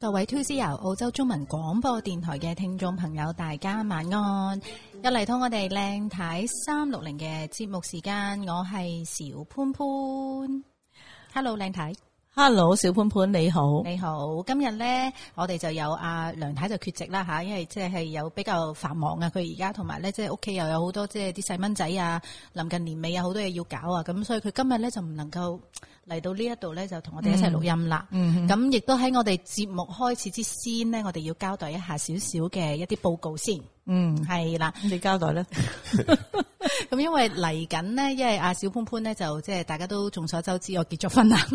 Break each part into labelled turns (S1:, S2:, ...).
S1: 各位 Two C 由澳洲中文廣播電台嘅聽眾朋友，大家晚安！又嚟到我哋靚太三六零嘅節目時間，我係小潘潘。Hello，靚太，
S2: Hello，小潘潘你好，
S1: 你好。今日咧，我哋就有阿梁太就缺席啦吓，因為即係有比較繁忙啊，佢而家同埋咧，即係屋企又有好多即係啲細蚊仔啊，臨近年尾有好多嘢要搞啊，咁所以佢今日咧就唔能夠嚟到呢一度咧，就同我哋一齊錄音啦。
S2: 嗯，
S1: 咁亦都喺我哋節目開始之先呢，我哋要交代一下少少嘅一啲報告先，
S2: 嗯，
S1: 係啦。
S2: 你交代啦，
S1: 咁因為嚟緊呢，因為阿小潘潘呢，就即係大家都眾所周知，我結咗婚啦。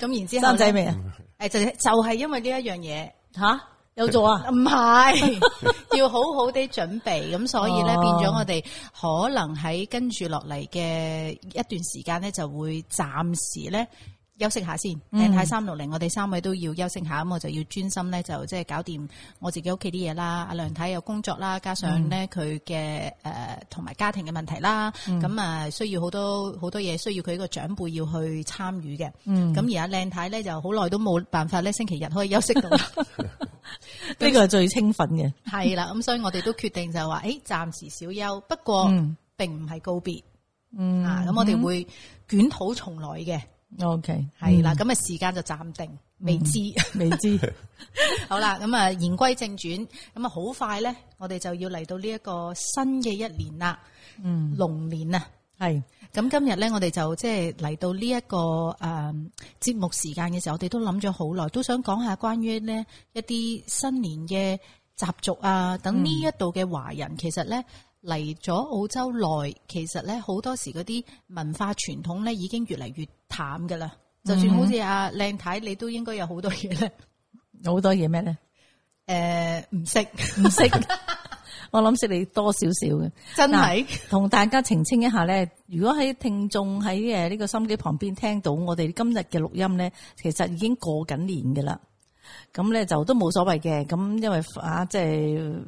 S1: 咁然之後
S2: 生
S1: 呢
S2: 仔未啊？
S1: 誒就就係因為呢一樣嘢，
S2: 吓，有做啊？
S1: 唔係 要好好地準備，咁所以呢，
S2: 哦
S1: 變咗我哋可能喺跟住落嚟嘅一段時間呢，就會暫時呢休息下先。靚太三六零，我哋三位都要休息下，咁我就要專心呢，就即係搞掂我自己屋企啲嘢啦。阿梁太有工作啦，加上呢佢嘅誒同埋家庭嘅問題啦，咁啊需要好多好多嘢需要佢個長輩要去參與嘅。
S2: 嗯，
S1: 咁
S2: 咁
S1: 而家靚太呢，就好耐都冇辦法呢，星期日可以休息到啦。
S2: 呢個係最興奮 嘅，
S1: 系啦，咁所以我哋都決定就係話，诶，暂时小休，不過
S2: 嗯
S1: 並唔係告別
S2: 嗯
S1: 哦啊，咁我哋會捲土重來嘅，
S2: ，OK，嗯
S1: 係啦，咁啊時間就暫定，未知。
S2: 未知，
S1: 好啦，咁啊言歸正傳，咁啊好快咧，我哋就要嚟到呢一個新嘅一年啦，
S2: 嗯，
S1: 龍年啊！
S2: 係，
S1: 咁今日咧，我哋就即係嚟到呢、一個誒節目時間嘅時候，我哋都諗咗好耐，都想講下關於呢一啲新年嘅習俗啊，等呢一度嘅華人其實咧嚟咗澳洲耐，其實咧好多時嗰啲文化傳統咧已經越嚟越淡噶啦。就算好似阿靚太，你都應該有好多嘢咧，誒、
S2: 有好多嘢咩咧？
S1: 唔識，
S2: 唔 識，我諗識你多少少嘅。
S1: 真係
S2: 嗱同大家澄清一下咧，如果喺聽眾喺誒呢個心機旁邊聽到我哋今日嘅錄音咧，其實已經過緊年嘅啦。咁咧就都冇所謂嘅，咁因為啊，即係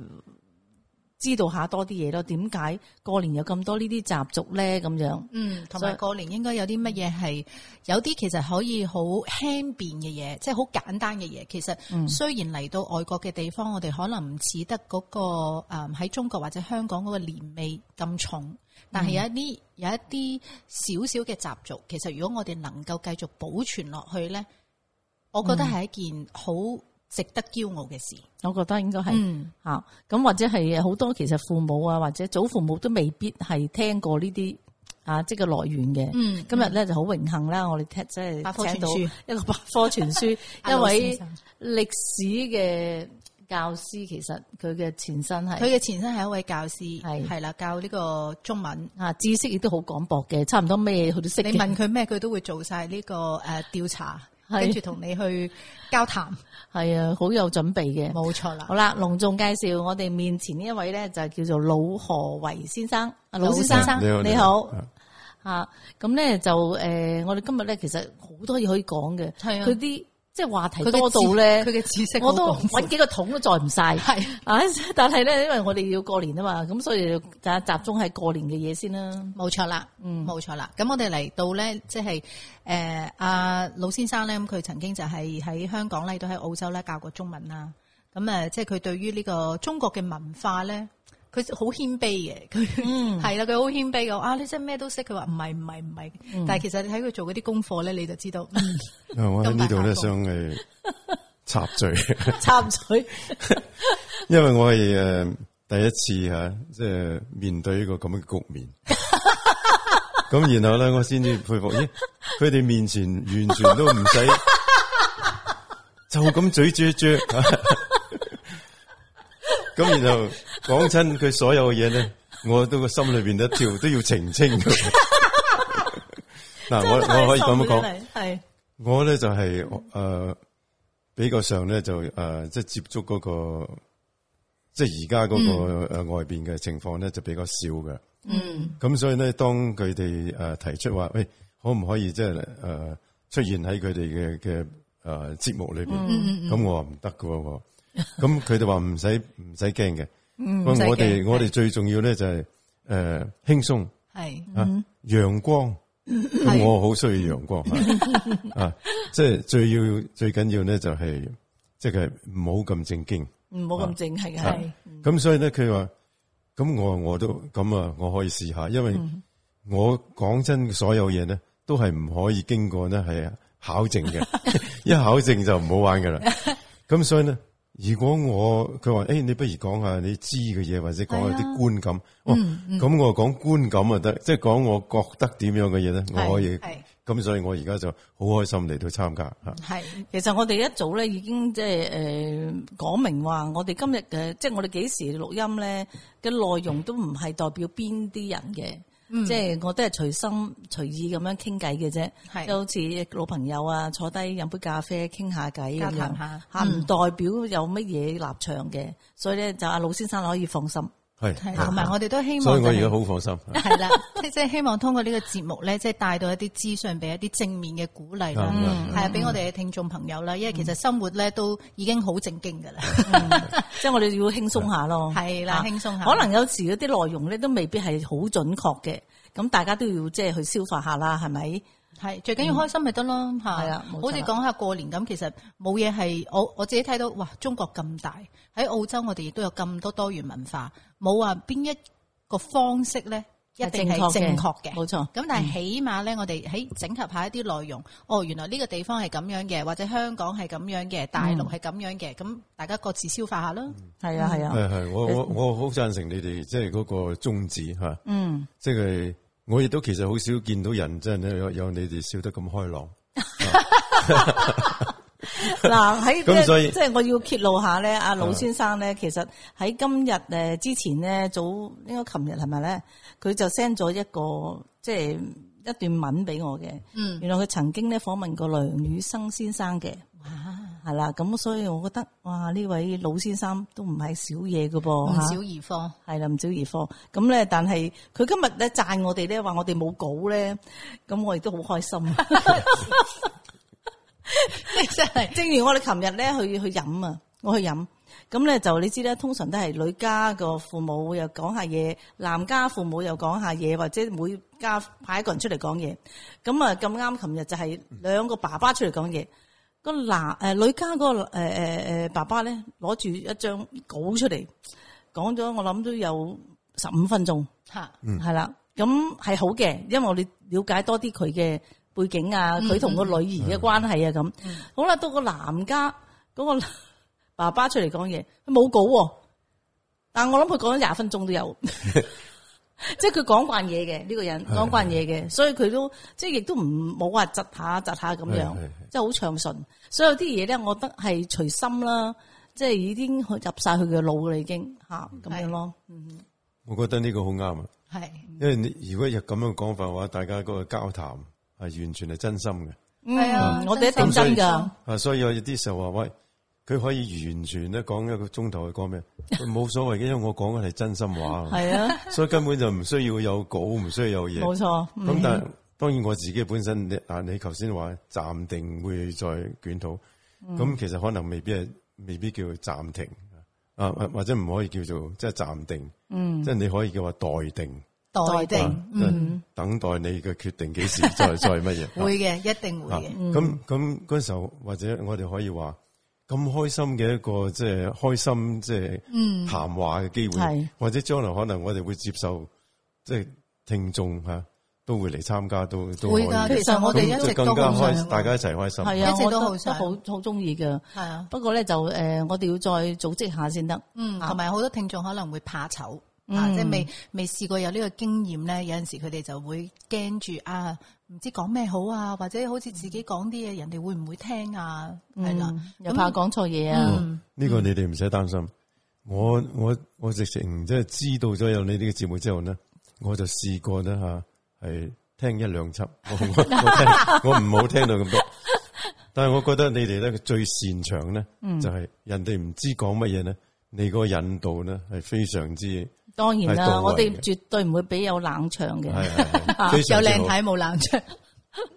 S2: 知道下多啲嘢咯。點解過年有咁多呢啲習俗咧？咁樣
S1: 嗯，同
S2: 所
S1: 埋
S2: 以
S1: 過年應該有啲乜嘢係有啲其實可以好輕便嘅嘢，即係好簡單嘅嘢。其實雖然嚟到外國嘅地方，我哋可能唔似得嗰、個誒喺、中國或者香港嗰個年味咁重，但係有一啲有一啲少少嘅習俗，其實如果我哋能夠繼續保存落去呢，我覺得係一件好值得驕傲嘅事。
S2: 我覺得應該係。
S1: 嗯，
S2: 啊，咁或者係好多其實父母啊，或者祖父母都未必係聽過呢啲啊，即係個來源嘅。
S1: 嗯
S2: 今日咧就好榮幸啦，我哋聽即
S1: 百科
S2: 係
S1: 全
S2: 請到
S1: 書
S2: 一個百科全書，
S1: 阿
S2: 一
S1: 老先
S2: 位
S1: 生
S2: 歷史嘅教師，其實佢嘅前身
S1: 佢
S2: 係
S1: 嘅前身係一位教師，
S2: 係
S1: 係啦，教呢個中文。
S2: 啊知識亦都好廣博嘅，差唔多咩佢都識
S1: 你
S2: 嘅。
S1: 問佢咩，佢都會做晒呢個诶调查，
S2: 係
S1: 跟住同你去交談，
S2: 係啊，好有準備 嘅。
S1: 冇錯啦
S2: 好。啦，隆重介紹我哋面前呢一位咧，就叫做老何維先生。啊
S1: 老
S2: 老
S1: 先
S2: 先
S1: 生
S2: 生，
S3: 你好
S2: 你
S3: 你
S2: 好
S3: 好
S2: 啊！咁咧就诶、呃我哋今日咧其實好多嘢可以講嘅，
S1: 係啊
S2: 佢啲即係話題
S1: 嘅
S2: 多到
S1: 知
S2: 咧
S1: 佢，嘅知識
S2: 我都
S1: 好廣
S2: 搵幾個桶都載唔晒。
S1: 闊係
S2: 啊！但係咧，因為我哋要過年啊嘛，咁所以就集中喺過年嘅嘢先啦。
S1: 冇錯啦，
S2: 嗯
S1: 冇錯啦。咁我哋嚟到咧，即係誒阿老先生咧，咁佢曾經就係喺香港咧，亦都喺澳洲咧教過中文啦。咁誒，即係佢對於呢個中國嘅文化咧，佢好謙卑嘅，佢
S2: 嗯
S1: 係啦，佢好謙卑嘅。啊，你真係咩都識，佢話唔係唔係唔係，但係其實你睇佢做嗰啲功課咧，你就知道。 嗯
S3: 啊我喺呢度
S1: 咁大
S3: 咧
S1: 下
S3: 想去插嘴，
S2: 插嘴，
S3: 因為我係诶第一次吓，即係面對呢個咁嘅局面。咁然後咧，我先至佩服，咦，佢哋面前完全都唔使，就咁嘴啜啜。 咁然後講親佢所有嘅嘢咧，我都個心裏边一跳，都要澄清佢。嗱，我我可以咁樣講。
S2: 係
S3: 我咧就係呃比較上咧就诶即係接觸嗰、個即係而家嗰個诶外邊嘅情況咧就比較少嘅。
S1: 嗯
S3: 咁所以咧，當佢哋诶提出話，喂，可唔可以即係诶出現喺佢哋嘅嘅诶节目裏边？咁、我話唔得嘅喎我，咁佢哋話唔使唔使驚嘅。不過我
S2: 唔使
S3: 哋我哋最重要咧就係呃诶轻松。
S1: 係
S3: 啊，陽光，咁啊我好需要陽光啊！即係最要最緊要咧就係即係佢唔好咁正經。
S2: 唔
S1: 啊
S2: 好咁正係嘅，係
S3: 咁所以咧，佢話：咁我話我都咁啊，我可以試下，因為
S1: 嗯
S3: 我講真，所有嘢咧都係唔可以經過咧係考證 嘅，一考證就唔好玩噶啦。咁所以咧，如果我佢話：誒、你不如講下你知嘅嘢，或者講下啲觀感。
S1: 嗯
S3: 哦，咁、我講觀感啊得，即係講我覺得點樣嘅嘢咧，我可以
S1: 係係。
S3: 咁所以我而家就好開心嚟到參加嚇。
S1: 係
S2: 其實我哋一早咧已經即係诶講明話，我哋今日嘅即係我哋幾時錄音咧嘅內容都唔係代表邊啲人嘅，
S1: 嗯
S2: 即係我都係隨心隨意咁樣傾偈嘅啫，
S1: 係
S2: 即係好似老朋友啊，坐低飲杯咖啡傾下偈咁
S1: 交
S2: 樣
S1: 談下嗯
S2: 嚇唔代表有乜嘢立場嘅，所以咧就阿老先生可以放心，
S3: 係，
S1: 係，
S2: 啊
S3: 係
S1: 同埋我哋都希望
S3: 所以我而
S1: 就係
S3: 家好放心。
S1: 系啦，即 即係希望通過呢個節目咧，即係帶到一啲資訊俾一啲正面嘅鼓勵啦
S3: 嗯嗯，
S1: 係啊，俾我哋嘅聽眾朋友啦。因為其實生活咧都已經好正經 噶啦，
S2: 嗯即係我哋要輕鬆下咯，
S1: 係啦
S2: 啊
S1: 輕鬆下
S2: 可能有時嗰啲內容咧都未必係好準確嘅，咁大家都要即係去消化下啦，係咪？
S1: 係最緊要開心咪得咯吓。
S2: 係
S1: 係
S2: 啊冇錯啦
S1: 好似講下過年咁，其實冇嘢係哦我我自己睇到，哇！中國咁大，喺澳洲我哋亦都有咁多多元文化，冇話邊一個方式咧一定係正確嘅。
S2: 冇錯。
S1: 咁但係起碼咧，我哋喺整合下一啲內容，哦，原來呢個地方係咁樣嘅，或者香港係咁樣嘅，大
S2: 嗯
S1: 陸係咁樣嘅，咁大家各自消化下啦。
S2: 系啊系啊，
S3: 係係，我我我好贊成你哋即係嗰個宗旨吓，
S2: 嗯，
S3: 即係呃我亦都其實好少見到人真係有有你哋笑得咁開朗，
S2: 嗱喺
S3: 咁所以啊
S2: 即係我要揭露下咧，阿老先生咧，其實喺今日诶之前咧，早應該琴日係咪咧，佢就 send 咗一個即係一段文俾我嘅，
S1: 嗯，
S2: 原來佢曾經咧訪問過梁羽生先生嘅，
S1: 哇，
S2: 係啦，咁所以我覺得哇呢位老先生都唔係少嘢噶
S1: 唔
S2: 噃，嚇
S1: 少兒科，
S2: 係啦，唔少兒科。咁咧，但係佢今日咧讚我哋咧，話我哋冇稿咧，咁我亦都好開心。
S1: 真係
S2: 正如我哋琴日咧去去飲啊，我去飲，咁咧就你知咧，通常都係女家個父母又講下嘢，男家父母又講下嘢，或者每家派一個人出嚟講嘢。咁啊咁啱，琴日就係兩個爸爸出嚟講嘢。個男誒女家嗰個誒誒誒爸爸咧，攞住一張稿出嚟講咗，我諗都有十五分鐘。
S1: 嚇，
S3: 嗯
S2: 系啦，咁係好嘅，因為我哋了解多啲佢嘅背景啊，
S3: 嗯
S2: 佢同個女兒嘅關係啊，咁好啦，到個男家嗰、個 爸爸出嚟講嘢，佢冇稿喎，但我諗佢講咗廿分鐘都有， 即係佢講慣嘢嘅呢個人
S3: 係
S2: 講慣嘢嘅，所以佢都即係亦都唔冇話窒下窒下咁樣
S3: 係係係，
S2: 即係好暢順。所有啲嘢咧，我覺得係隨心啦，即係已經入晒佢嘅腦啦，已經吓咁樣咯。
S3: 我覺得呢個好啱啊！
S1: 係
S3: 因為你如果有咁樣講法嘅話，大家嗰個交談係完全係真心嘅
S1: 係啊
S2: 嗯，我哋一定
S3: 真
S2: 真
S3: 心
S2: 㗎。
S3: 啊，所以有啲時候話喂。佢可以完全咧講一個鐘頭，佢講咩冇所謂嘅，因為我講嘅係真心話，
S2: 系 啊，
S3: 所以根本就唔需要有稿，唔需要有嘢。
S2: 冇錯。嗯
S3: 咁但係當然我自己本身，你啊你頭先話暫定會再捲土，咁、其實可能未必係未必叫暫停啊，或或者唔可以叫做即係暫定，嗯，即係你可以叫話待定，
S1: 待定
S3: 啊等待你嘅決定幾時再再乜嘢。啊
S1: 會嘅，一定會
S3: 啊
S1: 嘅。嗯
S3: 咁咁嗰時候，或者我哋可以話咁開心嘅一個即係開心即
S1: 嗯
S3: 係談話嘅機
S2: 係
S3: 會，或者將來可能我哋會接受即係聽眾嚇都會嚟參加，都都可以
S1: 會㗎，
S3: 嘅
S1: 其。實我哋
S3: 咁
S1: 一直
S3: 就
S1: 都
S3: 更加
S1: 好想
S3: 開，大家一齊開心。
S2: 係啊，
S1: 一直
S2: 我
S1: 都好
S2: 都都
S1: 想
S2: 好好中意嘅。
S1: 係啊，
S2: 不過咧就诶，呃我哋要再組織下先得。
S1: 嗯，
S2: 啊
S1: 同埋好多聽眾可能會怕醜。
S2: 嗯
S1: 啊！即係未未試過有呢個經驗咧，有陣時佢哋就會驚住啊，唔知講咩好啊，或者好似自己講啲嘢，人哋會唔會聽啊？係啦，
S2: 又怕講錯嘢啊。
S1: 嗯，
S3: 呢個你哋唔使擔心。我我我直情即係知道咗有你呢個節目之後呢，我就試過咧吓係聽一兩輯， 我我 我聽我唔好聽到咁多。但係我覺得你哋咧最擅長咧，
S1: 嗯
S3: 就係人哋唔知講乜嘢咧，你個引導咧係非常之
S2: 當然
S3: 係到
S2: 啦，
S3: 位
S2: 我哋
S3: 嘅
S2: 絕對唔會俾有冷場嘅
S3: 係。係係非
S1: 啊有
S3: 常之
S1: 靚
S3: 好。
S1: 睇冇冷 場。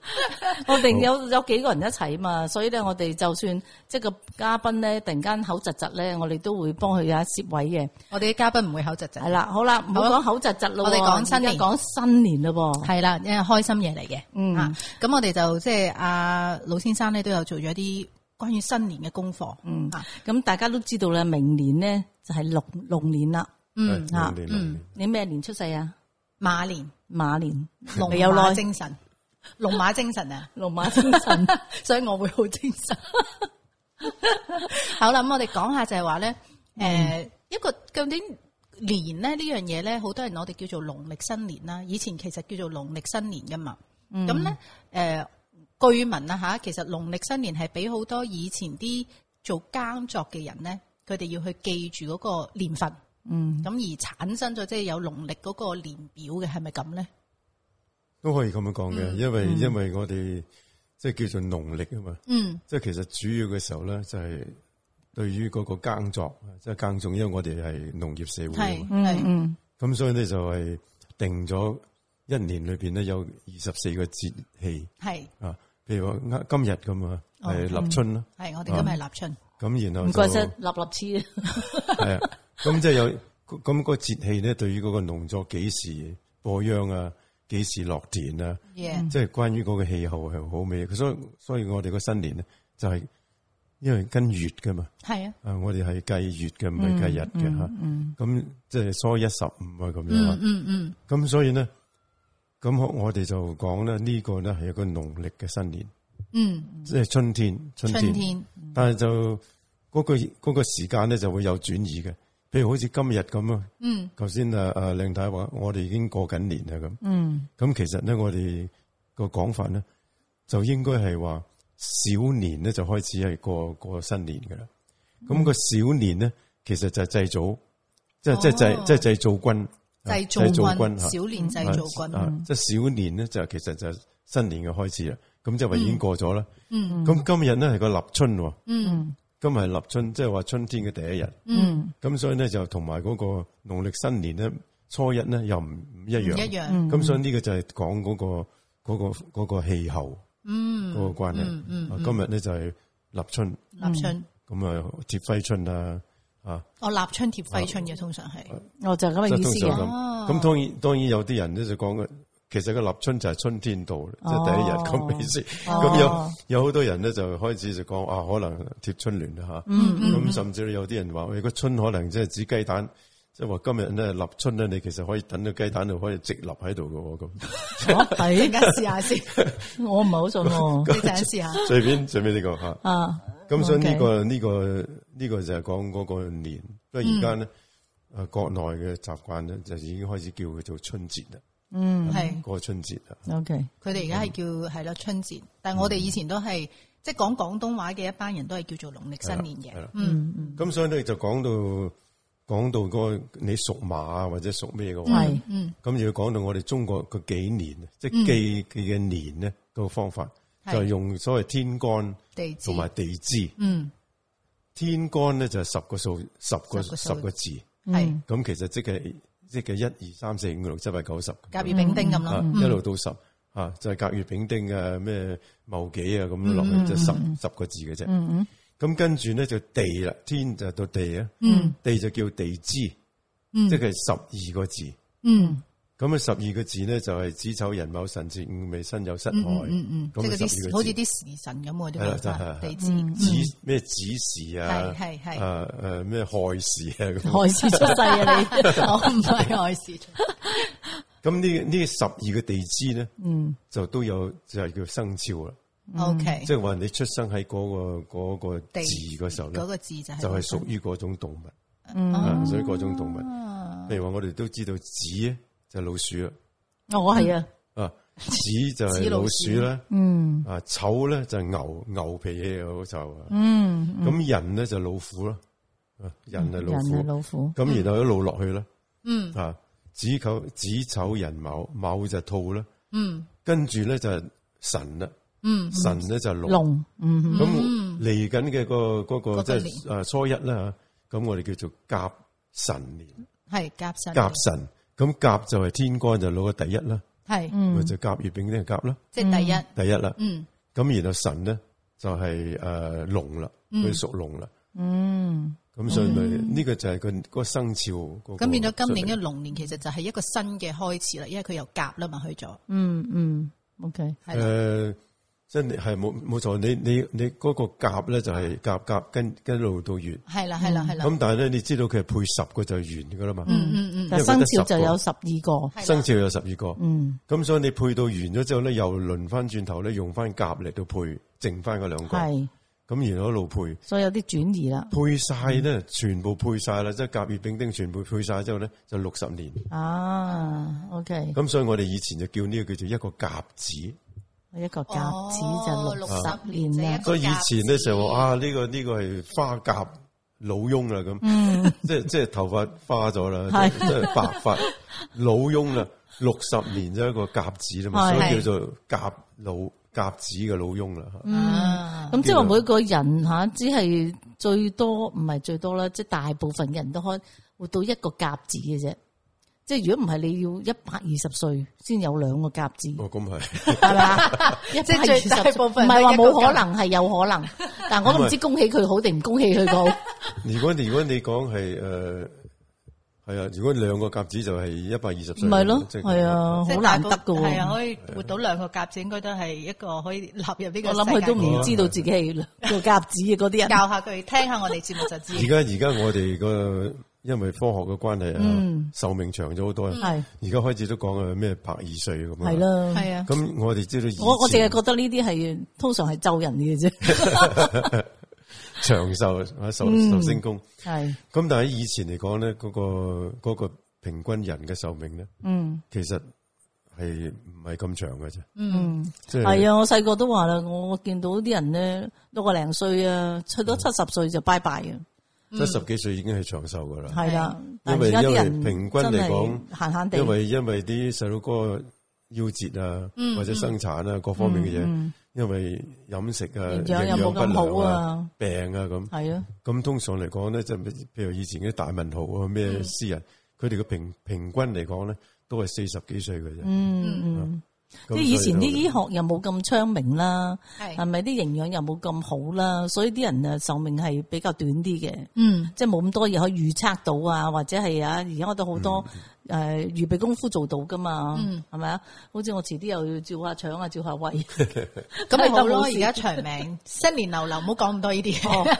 S2: 我哋有有幾個人一齊嘛，所以咧我哋就算即係個嘉賓咧突然間口窒窒咧，我哋都會幫佢啊攝位嘅。
S1: 我哋啲嘉賓唔會口窒
S2: 係
S1: 窒，
S2: 啦，好啦，唔好
S1: 好
S2: 講口窒窒咯喎。
S1: 我哋講新年
S2: 講新年咯噃。
S1: 係啦，因為開心嘢嚟嘅。
S2: 嗯
S1: 啊啊咁我哋就即係阿老先生咧都有做咗啲關於新年嘅功課。嗯啊，
S2: 咁大家都知道啦，明年咧就係龍龍年啦。
S1: 嗯，
S3: 係
S2: 啊
S3: 龍年龍年
S2: 你咩年出世啊？
S1: 馬年
S2: 馬年，
S1: 龍
S2: 你有
S1: 馬
S2: 耐
S1: 精神，龍馬精神啊！
S2: 龍馬精 神。
S1: 所以我會好精神。 好啦，咁我哋講下就係話咧，诶、呃一個究竟年咧呢樣嘢咧，好多人我哋叫做農曆新年啦，以前其實叫做農曆新年噶嘛。咁呃咧、诶、據聞啦啊吓，其實農曆新年係俾好多以前啲做耕作嘅人咧，佢哋要去記住嗰個年份。嗯，咁而產生咗即係有農曆嗰個年表嘅，係咪咁咧？
S3: 都可以咁樣講嘅，因為因為我哋即係叫做農曆啊嘛，
S1: 嗯，
S3: 即係其實主要嘅時候咧就係對於嗰個耕作，即係耕種，因為我哋係農業社會啊
S1: 係
S3: 嘛，
S1: 係
S2: 嗯
S3: 咁所以咧就係定咗一年裏邊咧有二十四個節氣
S1: 係
S3: 啊，譬如話今日咁啊，
S1: 哦
S3: 係立春啦，
S1: 係，我哋今日係立春，
S3: 咁然後
S2: 嗯，唔怪
S3: 就
S2: 得立立黐。
S3: 系啊，咁即係有咁咁個節氣咧，對於嗰個農作幾時播秧啊，幾時落田啊，
S1: 耶、
S3: 即係關於嗰個氣候係好咩？所以所以我哋個新年咧就係因為跟月噶嘛，
S1: 係啊。
S3: 啊我哋係計月嘅，唔係計日嘅吓，咁即係初一十五啊咁樣啊，
S1: 嗯嗯
S3: 咁所以咧，咁我我哋就講咧呢個咧係一個農曆嘅新年，
S1: 嗯，
S3: 即係春天，春
S1: 春
S3: 天。
S1: 天
S3: 但係就嗰、個个嗰、個時間咧就會有轉移嘅。譬如好似今日咁啊，
S1: 嗯，
S3: 頭先啊啊靚太話我哋已經過緊年啦咁，
S2: 嗯
S3: 咁其實咧我哋個講法咧就應該係話小年咧就開始係過過新年噶啦。咁、個小年咧其實就係祭祖，即係即係
S1: 嗯哦
S3: 祭即係祭灶君，
S1: 製造
S3: 啊
S1: 軍，
S3: 嚇
S1: 小年製造軍，
S3: 啊，即系小年咧就其實就新年嘅開始啦，啊咁即係話已經過咗啦。嗯，咁今日咧係個立春喎，
S1: 嗯
S3: 今日係立春，即係話春天嘅第一日。
S2: 嗯
S3: 咁所以咧就同埋嗰個農曆新年咧初一咧又唔唔一
S1: 唔嗯一
S3: 樣。
S1: 樣，
S2: 嗯
S3: 咁所以呢個就係講嗰個嗰個嗰個氣候
S1: 嗯，
S3: 嗰個關係。
S1: 嗯嗯
S3: 啊今日咧就係立春，
S1: 立春，
S3: 咁啊貼揮春啊，啊
S1: 我立春貼揮春嘅，通常係，
S2: 我就係咁嘅意
S3: 即
S2: 思啊嘅。
S3: 係通常
S1: 哦
S3: 咁。咁當然當然有啲人咧就講嘅，其實個立春就係春天到啦，即係第一日咁意思。咁
S2: 哦
S3: 有有好多人咧就開始就講啊，可能貼春聯啦嚇。
S1: 嗯
S2: 嗯
S3: 咁甚至有啲人話：喂，個春可能即係指雞蛋。即係話今日咧立春咧，你其實可以等到雞蛋度可以直立喺度 嘅喎，
S1: 陣
S2: 我係
S1: 間試下 先，你
S2: 我唔係好信喎。
S1: 陣間試下。
S3: 咁隨便隨便呢個嚇。
S2: 啊，
S3: 咁所以呢
S2: OK
S3: 個呢個呢個就係講嗰個年。不過而家咧，誒國內嘅習慣咧就已經開始叫佢做春節啦，
S2: 嗯
S1: 係
S3: 過春節啦。
S2: ，OK，
S1: 佢哋而家係叫係咯春節，但係我哋
S3: 嗯
S1: 以前都係即係講廣東話嘅一班人都係叫做農曆新年
S3: 係
S1: 嘅
S3: 啦。
S1: 嗯，
S3: 咁所以咧就講到講到嗰個你屬馬啊或者屬咩嘅話，
S2: 係嗯
S1: 嗯
S3: 咁就要講到我哋中國嗰幾年，即係記記嘅年咧個方法，
S1: 係
S3: 就係用所謂天干
S1: 地支
S3: 同，埋地支。
S1: 嗯，
S3: 天干咧就係十個數，十個
S1: 十個數
S3: 十個字，
S1: 係
S3: 咁其實即係即係一二三四五六七八九十。
S1: 甲乙丙丁咁
S3: 啊
S1: 咯。，嗯
S3: 一路到十啊，就係甲乙丙丁啊，咩戊己啊
S1: 嗯
S3: 咁落去，就十十個字嘅啫。咁跟住咧就地啦，天就到地啊，
S1: 嗯
S3: 地就叫地支，即係十二個字。
S1: 嗯，
S3: 咁啊，十二個字咧就係子丑寅卯辰巳午未申酉戌亥。
S1: 嗯嗯，即
S3: 咁
S1: 係嗰
S3: 啊，十
S1: 啲
S3: 二
S1: 好
S3: 個
S1: 似
S3: 字。
S1: 啲時辰咁喎，
S3: 係啦就
S1: 啲
S3: 係
S1: 啊
S3: 嗯
S1: 地嗯支。
S3: 子呃咩子時啊，
S1: 係係係
S3: 啊誒咩亥時啊咁。
S2: 害事出世啊你。
S1: 我 唔係外事。
S3: 咁呢呢十二個地支咧，就都有就係叫生肖啦。
S1: O K，
S3: 嗯即係話你出生喺嗰、個嗰、個
S1: 地
S3: 字嗰時候咧
S1: 嗰，個字就係
S3: 就係屬於嗰種動物，
S2: 嗯，
S3: 啊，所以嗰種動物，
S1: 啊
S3: 譬如話我哋都知道子咧就係老鼠啦，
S2: 我係啊，
S3: 啊，子就係老鼠啦，嗯，啊，丑咧就係牛牛脾氣嘅就，嗯，咁人咧就老虎啦，啊，人係
S2: 人
S3: 老
S2: 係
S3: 虎，
S2: 老虎，
S3: 咁然後一路落去啦，
S1: 嗯，
S3: 啊，子丑子丑寅卯，卯就兔啦，
S1: 嗯
S3: 跟住咧就係神啦，
S1: 嗯
S3: 神咧就係龍。
S2: 龍，嗯，
S3: 咁嚟緊嘅個嗰個
S1: 嗰個
S3: 即係誒初一啦，咁我哋叫做甲辰年，
S1: 係夾實
S3: 甲辰。咁甲就係天干就攞個第一啦，
S1: 係
S2: 嗯
S3: 咪就甲乙丙丁係甲啦，
S1: 即係第一，
S3: 第一啦。
S1: 嗯
S3: 咁然後辰咧就係誒龍啦，佢屬龍啦。
S2: 嗯，
S3: 咁所以咪呢個就係個嗰個生肖嗰個
S1: 咁變咗今年嘅龍年其實就係一個新嘅開始啦，因為佢由甲啦嘛去咗，
S2: 嗯嗯，OK，
S1: 係啦
S3: 誒呃即系系冇冇错，你你你嗰個夾咧就係夾夾跟跟一路到完，
S1: 係啦，係啦，係啦。
S3: 咁但係咧你知道佢係配十個就完噶啦嘛，
S1: 嗯嗯嗯，
S2: 但
S3: 因為
S2: 生
S3: 得
S2: 肖
S3: 10個
S2: 就有十二個，
S1: 係啦
S3: 生肖有十二個，
S2: 嗯，
S3: 咁所以你配到完咗之後咧，又輪翻轉頭咧用翻夾嚟到配，剩翻嗰兩個，
S2: 係，
S3: 咁然後一路配。
S2: 所以有啲轉移啦，
S3: 配晒
S1: 嗯
S3: 咧，全部配晒啦，即係甲乙丙丁全部配晒之後咧，就六十年。
S2: 啊，OK，
S3: 咁所以我哋以前就叫呢個叫做一個甲子。
S2: 一個甲子就
S1: 哦
S2: 六
S1: 60
S2: 十年啦
S1: 年，
S3: 所以以前咧就
S2: 嗯
S3: 話啊，呢、個呢、個係花甲老翁啦咁， 即係即係頭髮花咗啦，
S2: 嗯係
S3: 即係白髮老翁啦，六十年就一個甲子啦嘛，
S2: 係
S3: 所以叫做甲老甲子嘅老翁啦。
S2: 嗯
S1: 啊
S2: 咁即係話每個人吓，只係最多唔係最多啦，即係大部分嘅人都可以活到一個甲子嘅啫。即係如果唔係，你要一百二十歲先有兩個甲子，
S3: 哦，咁係，
S2: 係 咪？啊
S1: 即係最大部分
S2: 唔
S1: 都
S2: 係
S1: 係
S2: 話
S1: 一個
S2: 冇可能，係有可能，但我都唔知恭喜佢好定唔恭喜佢好。
S1: 啊
S3: 如果如果你講係誒係啊，如果兩個甲子就係一百二十歲，
S2: 唔係咯，
S3: 即係
S2: 係啊，
S1: 即
S2: 好
S1: 係
S2: 難得噶
S1: 係啊，
S2: 喎。
S1: 可以活到兩個甲子，應該都係一個可以納入呢個
S2: 我諗佢都
S1: 世界
S2: 唔知道自己係做甲子嘅嗰啲人
S1: 觀。教下佢，聽下我哋節目就知。
S3: 而家而家我哋個因為科學嘅關係啊
S2: 嗯，
S3: 壽命長咗好多啊。
S2: 係
S3: 而家開始都講啊咩百二歲咁啊。
S2: 係啦，
S1: 係啊，
S3: 咁我哋知道以前
S2: 我我淨係覺得呢啲係通常係咒人嘅啫，
S3: 長壽啊壽
S2: 嗯
S3: 壽星公，
S2: 係
S3: 咁但係以前嚟講咧，嗰、個嗰個平均人嘅壽命咧，
S2: 嗯。
S3: 其實係唔係咁長嘅啫，
S2: 嗯，系
S3: 即係
S2: 啊，我细个都话啦，我見到啲人咧六個零歲啊，去
S3: 嗯
S2: 到七十歲就拜拜啊，
S3: 七十幾歲已經係長壽噶啦。
S2: 係啦。但係
S3: 因為
S2: 而家
S3: 因
S2: 啲
S3: 為
S2: 人
S3: 平均嚟講
S2: 真係閒閒地，
S3: 因為因為啲細佬哥夭折啊，
S2: 嗯
S3: 或者生產啊各方面嘅嘢，因為飲食啊、
S2: 營養
S3: 營
S2: 又
S3: 養
S2: 冇
S3: 不
S2: 咁
S3: 良
S2: 好
S3: 啊、
S2: 啊，
S3: 病啊咁。
S2: 係啊，
S3: 咁通常嚟講咧，即係譬如以前啲大文豪啊、咩詩人，佢哋嘅平平均嚟講咧，都係四十幾歲嘅啫。
S2: 嗯嗯，即
S3: 啊咁
S2: 係以
S3: 所
S2: 前啲
S3: 就
S2: 醫學又冇咁昌明啦，係
S1: 係，
S2: 咪啲營養又冇咁好啦，所以啲人啊壽命係比較短啲嘅。
S1: 嗯，
S2: 即係冇咁多嘢可以預測到啊，或者係啊，而家我都好多
S3: 嗯
S2: 誒預備功夫做到噶嘛，係咪啊？好似我遲啲又要照下腸啊，照下胃，
S1: 咁咪好咯。
S2: 冇
S1: 而
S2: 事
S1: 家長命，新年流流，唔好講咁多呢啲嘢。
S2: 哦，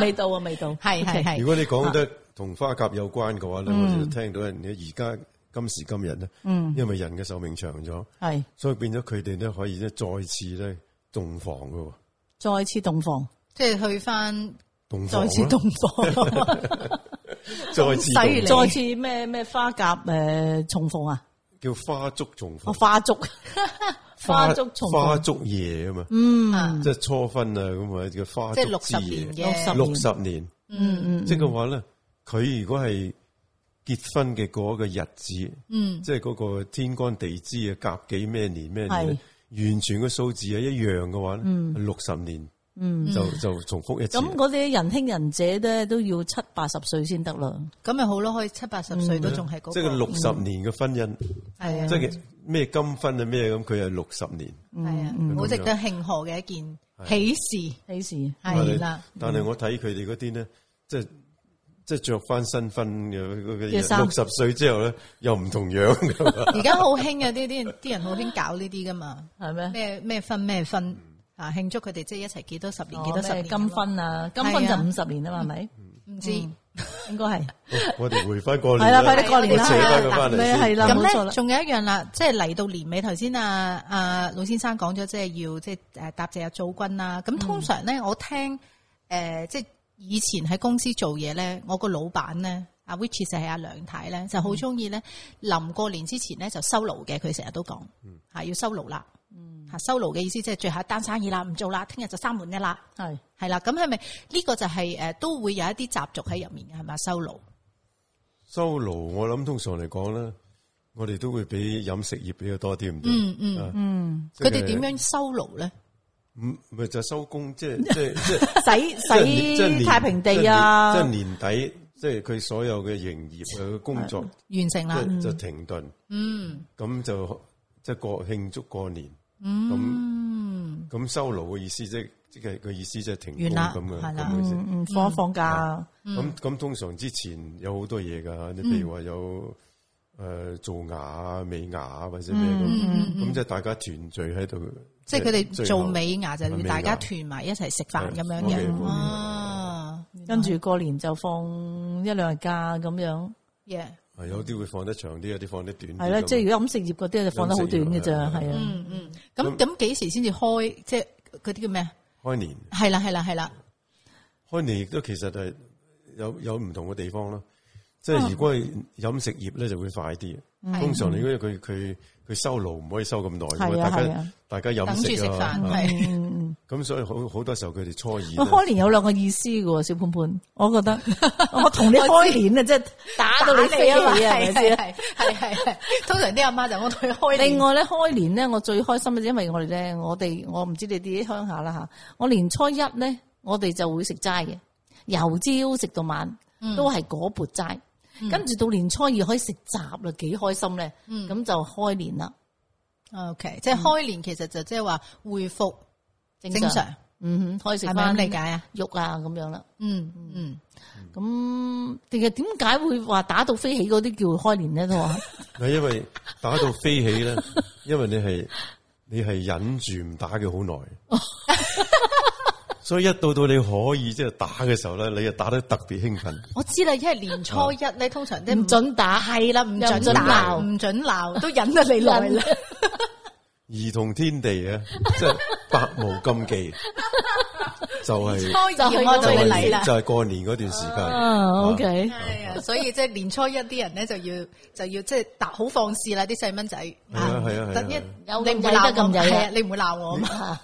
S2: 未到啊，未到，
S1: 係係
S2: OK，
S1: 係
S3: 如，果你
S2: 啊
S3: 講得同花甲有關嘅話咧，我哋就聽到人哋而家今時今日咧，
S2: 嗯，
S3: 因為人嘅壽命長咗，
S2: 係
S3: 所以變咗佢哋咧可以咧再次咧洞房嘅喎，
S2: 再次洞房，
S1: 即係去翻
S3: 洞房
S2: 再
S3: 啊
S2: 次洞房，
S3: 再次
S1: 咁犀利
S3: 洞
S2: 再次咩咩花甲誒重逢啊，
S3: 叫花燭重
S2: 哦
S3: 逢，
S2: 花燭， 花燭重
S3: 花
S2: 逢，
S3: 燭夜啊嘛，
S2: 嗯，
S3: 即係初婚啊咁啊叫花
S1: 即係六十
S3: 燭之夜
S1: 年，嘅，
S2: 60
S3: 六十年，
S2: 嗯嗯
S3: 即係話咧，佢如果係結婚嘅嗰個日子，
S1: 嗯，
S3: 即係嗰個天干地支啊，甲幾咩年咩年
S2: 係
S3: 咧，完全個數字係一樣嘅話咧，六十、年
S2: 嗯。
S3: 就就重複一次。
S2: 咁嗰啲人兄人姐咧，都要七八十歲先得啦。
S1: 咁咪好咯，可以七八
S2: 嗯
S1: 十歲都仲係嗰個。
S3: 嗯即係個六十年嘅婚姻，
S1: 係啊
S3: 即，係咩金婚啊咩咁，佢係六十年。
S1: 係
S3: 嗯
S1: 啊，好值得慶賀嘅一件喜事，
S2: 幾時？
S3: 啊
S1: 係啦。
S3: 但係我睇佢哋嗰啲咧，即係即係着翻新婚嘅嗰個
S2: 嘅衫
S3: 六十歲之後咧，又唔同樣㗎嘛
S1: 而家好興啊！啲啲人啲人好興搞呢啲噶嘛，
S2: 係咩？
S1: 咩咩婚咩婚
S3: 嗯
S1: 啊，慶祝佢哋即係一齊幾多十年幾多十
S2: 哦咩
S1: 年
S2: 金嗯婚啊？金婚就五十年啊嘛，係咪？
S1: 唔知。
S2: 應該係
S3: 我我哋回翻過
S2: 係
S3: 年
S2: 啦，
S3: 啦，
S2: 快啲過年啦，
S1: 我扯
S3: 翻佢返嚟
S2: 咩
S3: 先
S2: 係啦，
S1: 咁
S2: 冇錯
S1: 咧，
S2: 啦。
S1: 仲有一樣啦，即係嚟到年尾，頭先啊啊老先生講咗，即係要即係誒答謝阿祖君啦。咁通常咧，我聽誒、呃即係以前喺公司做嘢咧，我個老闆咧，阿 which 就係阿梁太咧，就好中意咧，臨過年之前咧就收爐嘅，佢成日都講嚇、要收爐啦。嚇收爐嘅意思即係最後一單生意啦，唔做啦，聽日就閂門一啦。
S2: 係
S1: 係啦，咁係咪呢個就係、呃都會有一啲習俗喺入面嘅係咪收爐？
S3: 收爐，我諗通常嚟講咧，我哋都會比飲食業比較多啲唔對。
S1: 嗯嗯
S3: 啊
S2: 嗯，
S1: 佢哋點樣收爐咧？
S3: 唔咪就係收工，即 係即係即係
S2: 洗
S3: 即係
S2: 洗
S3: 年
S2: 太平地啊
S3: 即，係年即係年底，即係佢所有嘅營業嘅工作，
S1: 完成
S3: 即
S1: 啦，
S3: 係就停頓，
S1: 嗯
S3: 咁就即係過慶祝過年。
S1: 嗯，
S3: 咁收爐嘅意思即係即係個意思即係停
S1: 完
S3: 工
S1: 啦
S3: 咁嘅
S1: 係
S3: 咁
S1: 啦
S3: 嘅意思
S2: 嗯嗯，放一放假，
S1: 嗯
S3: 咁咁通常之前有好多嘢㗎，你譬如話有诶做牙啊、美牙啊或者咩咁，
S1: 嗯
S3: 咁即系大家團聚喺度，
S1: 即係佢哋
S3: 最
S1: 做
S3: 後
S1: 美牙就
S3: 美
S1: 係
S3: 牙
S1: 大家團埋一齊食飯咁樣
S3: 係
S1: 嘅。
S3: ，OK，
S1: 啊，
S2: 跟住過年就放一兩日假咁樣，
S1: yeah，
S3: 係有啲會放得長啲，有啲放得短啲咁。
S2: 係啦，即係如果飲食業嗰啲就放得好短嘅咋，
S3: 飲食業
S2: 係啊，
S1: 嗯嗯，咁咁幾時先至開？即係嗰啲叫咩啊？
S3: 開年，
S1: 係啦係啦係啦，
S3: 開年亦都其實係有有唔同嘅地方啦。即
S1: 嗯
S3: 係如果係飲食業咧，就會快啲。通常你因為佢佢佢收爐唔可以收咁耐㗎
S2: 係
S3: 嘛，
S2: 啊
S3: 大
S2: 係
S3: 家
S2: 啊
S3: 大家
S1: 等住
S3: 飲
S1: 食
S3: 食啊
S1: 飯，係。
S2: 嗯，
S3: 咁所以好好多時候佢哋初二
S2: 我
S3: 呢
S2: 開年有兩個意思嘅喎，小潘潘，我覺得我同你開年啊，即係打到你飛起啊，係咪先？
S1: 係係係係，通常啲阿媽就我同佢開
S2: 另
S1: 另外
S2: 外咧，開年咧，我最開心嘅，因為我哋咧，我哋我唔知你哋啲鄉下啦吓，我年初一咧，我哋就會食齋嘅，由朝食到晚，
S1: 嗯
S2: 都係嗰缽齋。跟住到年初二可以食雜啦，幾開心咧！
S1: 嗯
S2: 咁、就開年啦，
S1: ，OK，即係開年其實就即係話回復嗯
S2: 正
S1: 正常，
S2: 嗯哼，可以食
S1: 係咪咁
S2: 翻
S1: 理解啊？
S2: 肉啊咁樣啦。
S1: 嗯嗯，
S2: 咁定係點解會話打到飛起嗰啲叫開年咧？都 話
S3: 係因為打到飛起咧， 因為你係你係忍住唔打佢好耐，所以一到到你可以即係打嘅時候咧，你就打得特別興奮。
S1: 我知啦，因為年初一
S3: 啊
S1: 咧，通常都
S2: 唔准打，
S1: 係啦，唔
S2: 又
S1: 準
S2: 唔准
S1: 鬧，
S2: 鬧
S1: 唔準鬧，都忍得你耐啦。
S3: 兒童天地啊，即係百無禁忌，就係、
S1: 初二
S2: 就去
S1: 我
S2: 到
S1: 就
S2: 你
S1: 會
S2: 嚟
S1: 嚟啦
S3: 就。係過年嗰段時間。Ờ.
S2: 啊，OK，Ờ,
S1: 係啊，所以即係年初一啲人咧就要就要即係嗱好放肆啦，啲細蚊仔
S3: 係啊係啊係啊
S1: 等一
S3: 係啊
S2: 有
S1: 你唔會
S2: 咁曳
S1: 鬧
S2: 得
S1: 我
S2: 咁曳啊
S1: 係啊，你唔會鬧我啊嘛，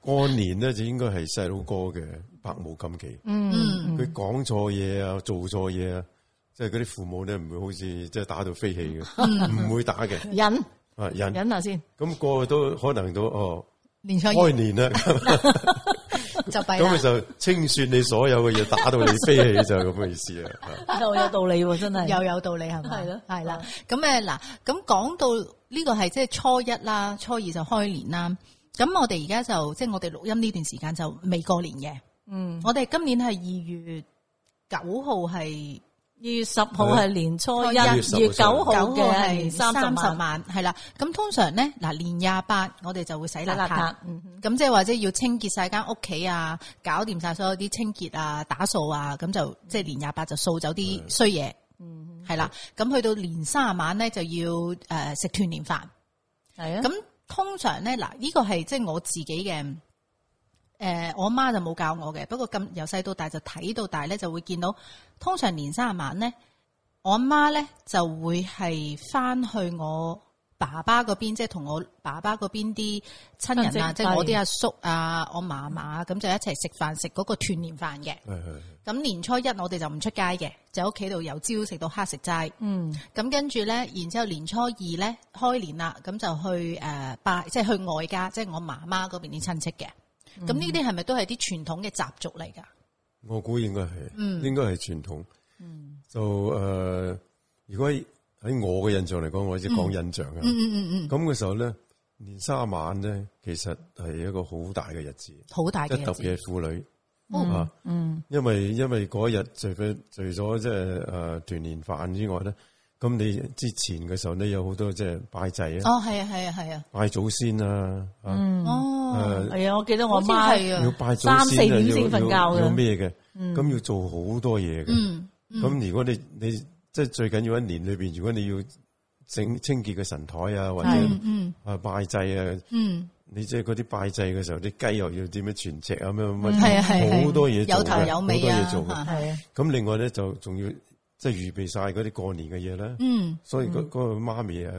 S3: 過年咧就應該係細佬哥嘅百無禁忌。
S2: Ừ.
S1: 嗯，
S3: 佢講錯嘢啊，做錯嘢啊，即係嗰啲父母咧唔會好似即係打到飛起嘅，唔會打嘅。
S2: 忍
S3: 啊人
S2: 忍下先。
S3: 咁個都可能到哦，
S1: 年初
S3: 開
S1: 一
S3: 年啦，
S1: 就弊
S3: 咁佢
S1: 啦，
S3: 就清算你所有嘅嘢，打到你飛起就係咁嘅意思啊。啊
S2: 又有道理喎，真係。
S1: 又有道理係咪？
S2: 係咯
S1: 係啦，咁誒嗱，咁講到呢個係即係初一啦，初二就開年啦，咁我哋而家就即係我哋錄音呢段時間就未過年嘅，
S2: 嗯，
S1: 我哋今年係二月九號係。
S2: 二月十號係年初一，
S1: 二
S3: 月十號
S2: 二月九號
S1: 九個
S2: 嘅
S1: 係
S2: 年
S1: 三
S2: 三
S1: 十
S2: 十萬
S1: 萬，係啦。咁通常咧，嗱年廿八我哋就會洗邋遢
S2: 邋遢，，嗯哼
S1: 咁即係或者要清潔晒間屋企啊，搞掂晒所有啲清潔啊、打掃啊，咁就即係年廿八就掃走啲衰嘢，係啦。咁去到年卅晚咧就要誒食團年飯。
S2: 係啊，咁
S1: 咁通常咧，嗱，呢個係即係我自己嘅，誒、我媽就冇教我嘅，不過咁由細到大就睇到大咧，就會見到通常年三十晚咧，我媽咧就會係翻去我爸爸嗰邊，即係同我爸爸嗰邊啲親人啊，
S2: 親
S1: 即
S2: 戚
S1: 係我啲阿叔啊，我嫲嫲咁就一齊食飯，食嗰個團年飯嘅。
S3: 係係
S1: 咁年初一我哋就唔出街嘅，就喺屋企度由朝食到黑食齋。
S2: 嗯
S1: 咁跟住咧，然之後年初二咧開年啦，咁就去誒、呃拜，即係去外家，即係我媽媽嗰邊啲親戚嘅。咁呢啲係咪都係啲傳統嘅習俗嚟㗎？
S3: 我估應該係，應該係傳統。就誒，如果喺喺我嘅印象嚟講，我只講印象啊。
S1: 嗯嗯嗯，
S3: 咁嘅時候咧，年卅晚咧，其實係一個好大嘅日子，
S1: 好大
S3: 即
S1: 嘅
S3: 係特
S1: 日子。
S3: 別係婦女啊。
S2: 嗯，
S3: 因為因為嗰日除咗除咗即係誒團年飯之外咧，咁你之前嘅時候咧有好多即係拜祭啊、
S1: 哦，係啊，係啊，係啊。
S3: 拜祖先啊，啊
S1: 哦，
S3: 誒
S2: 係啊，我記得我
S1: 好似
S2: 媽
S1: 係啊
S3: 要拜祖
S2: 三四
S3: 先啊，
S2: 點
S3: 要
S2: 先瞓覺
S3: 要
S2: 㗎
S3: 要咩嘅，咁要做好多嘢嘅。
S1: 嗯，
S3: 咁如果你你即係最緊要一年裏邊，如果你要整清潔嘅神台啊，或者
S2: 係
S1: 嗯
S3: 啊拜祭啊。
S1: 嗯，
S3: 你即係嗰啲拜祭嘅時候，啲雞又要點樣全隻啊，咩乜
S1: 係啊，係啊
S3: 好多嘢做
S1: 有頭
S3: 嘅
S1: 有
S3: 好多
S1: 尾啊
S3: 嘢做嘅。
S2: 係啊，
S3: 咁另外咧就仲要即係預備晒嗰啲過年嘅嘢啦。
S1: 嗯，
S3: 所以嗰嗰個媽咪啊，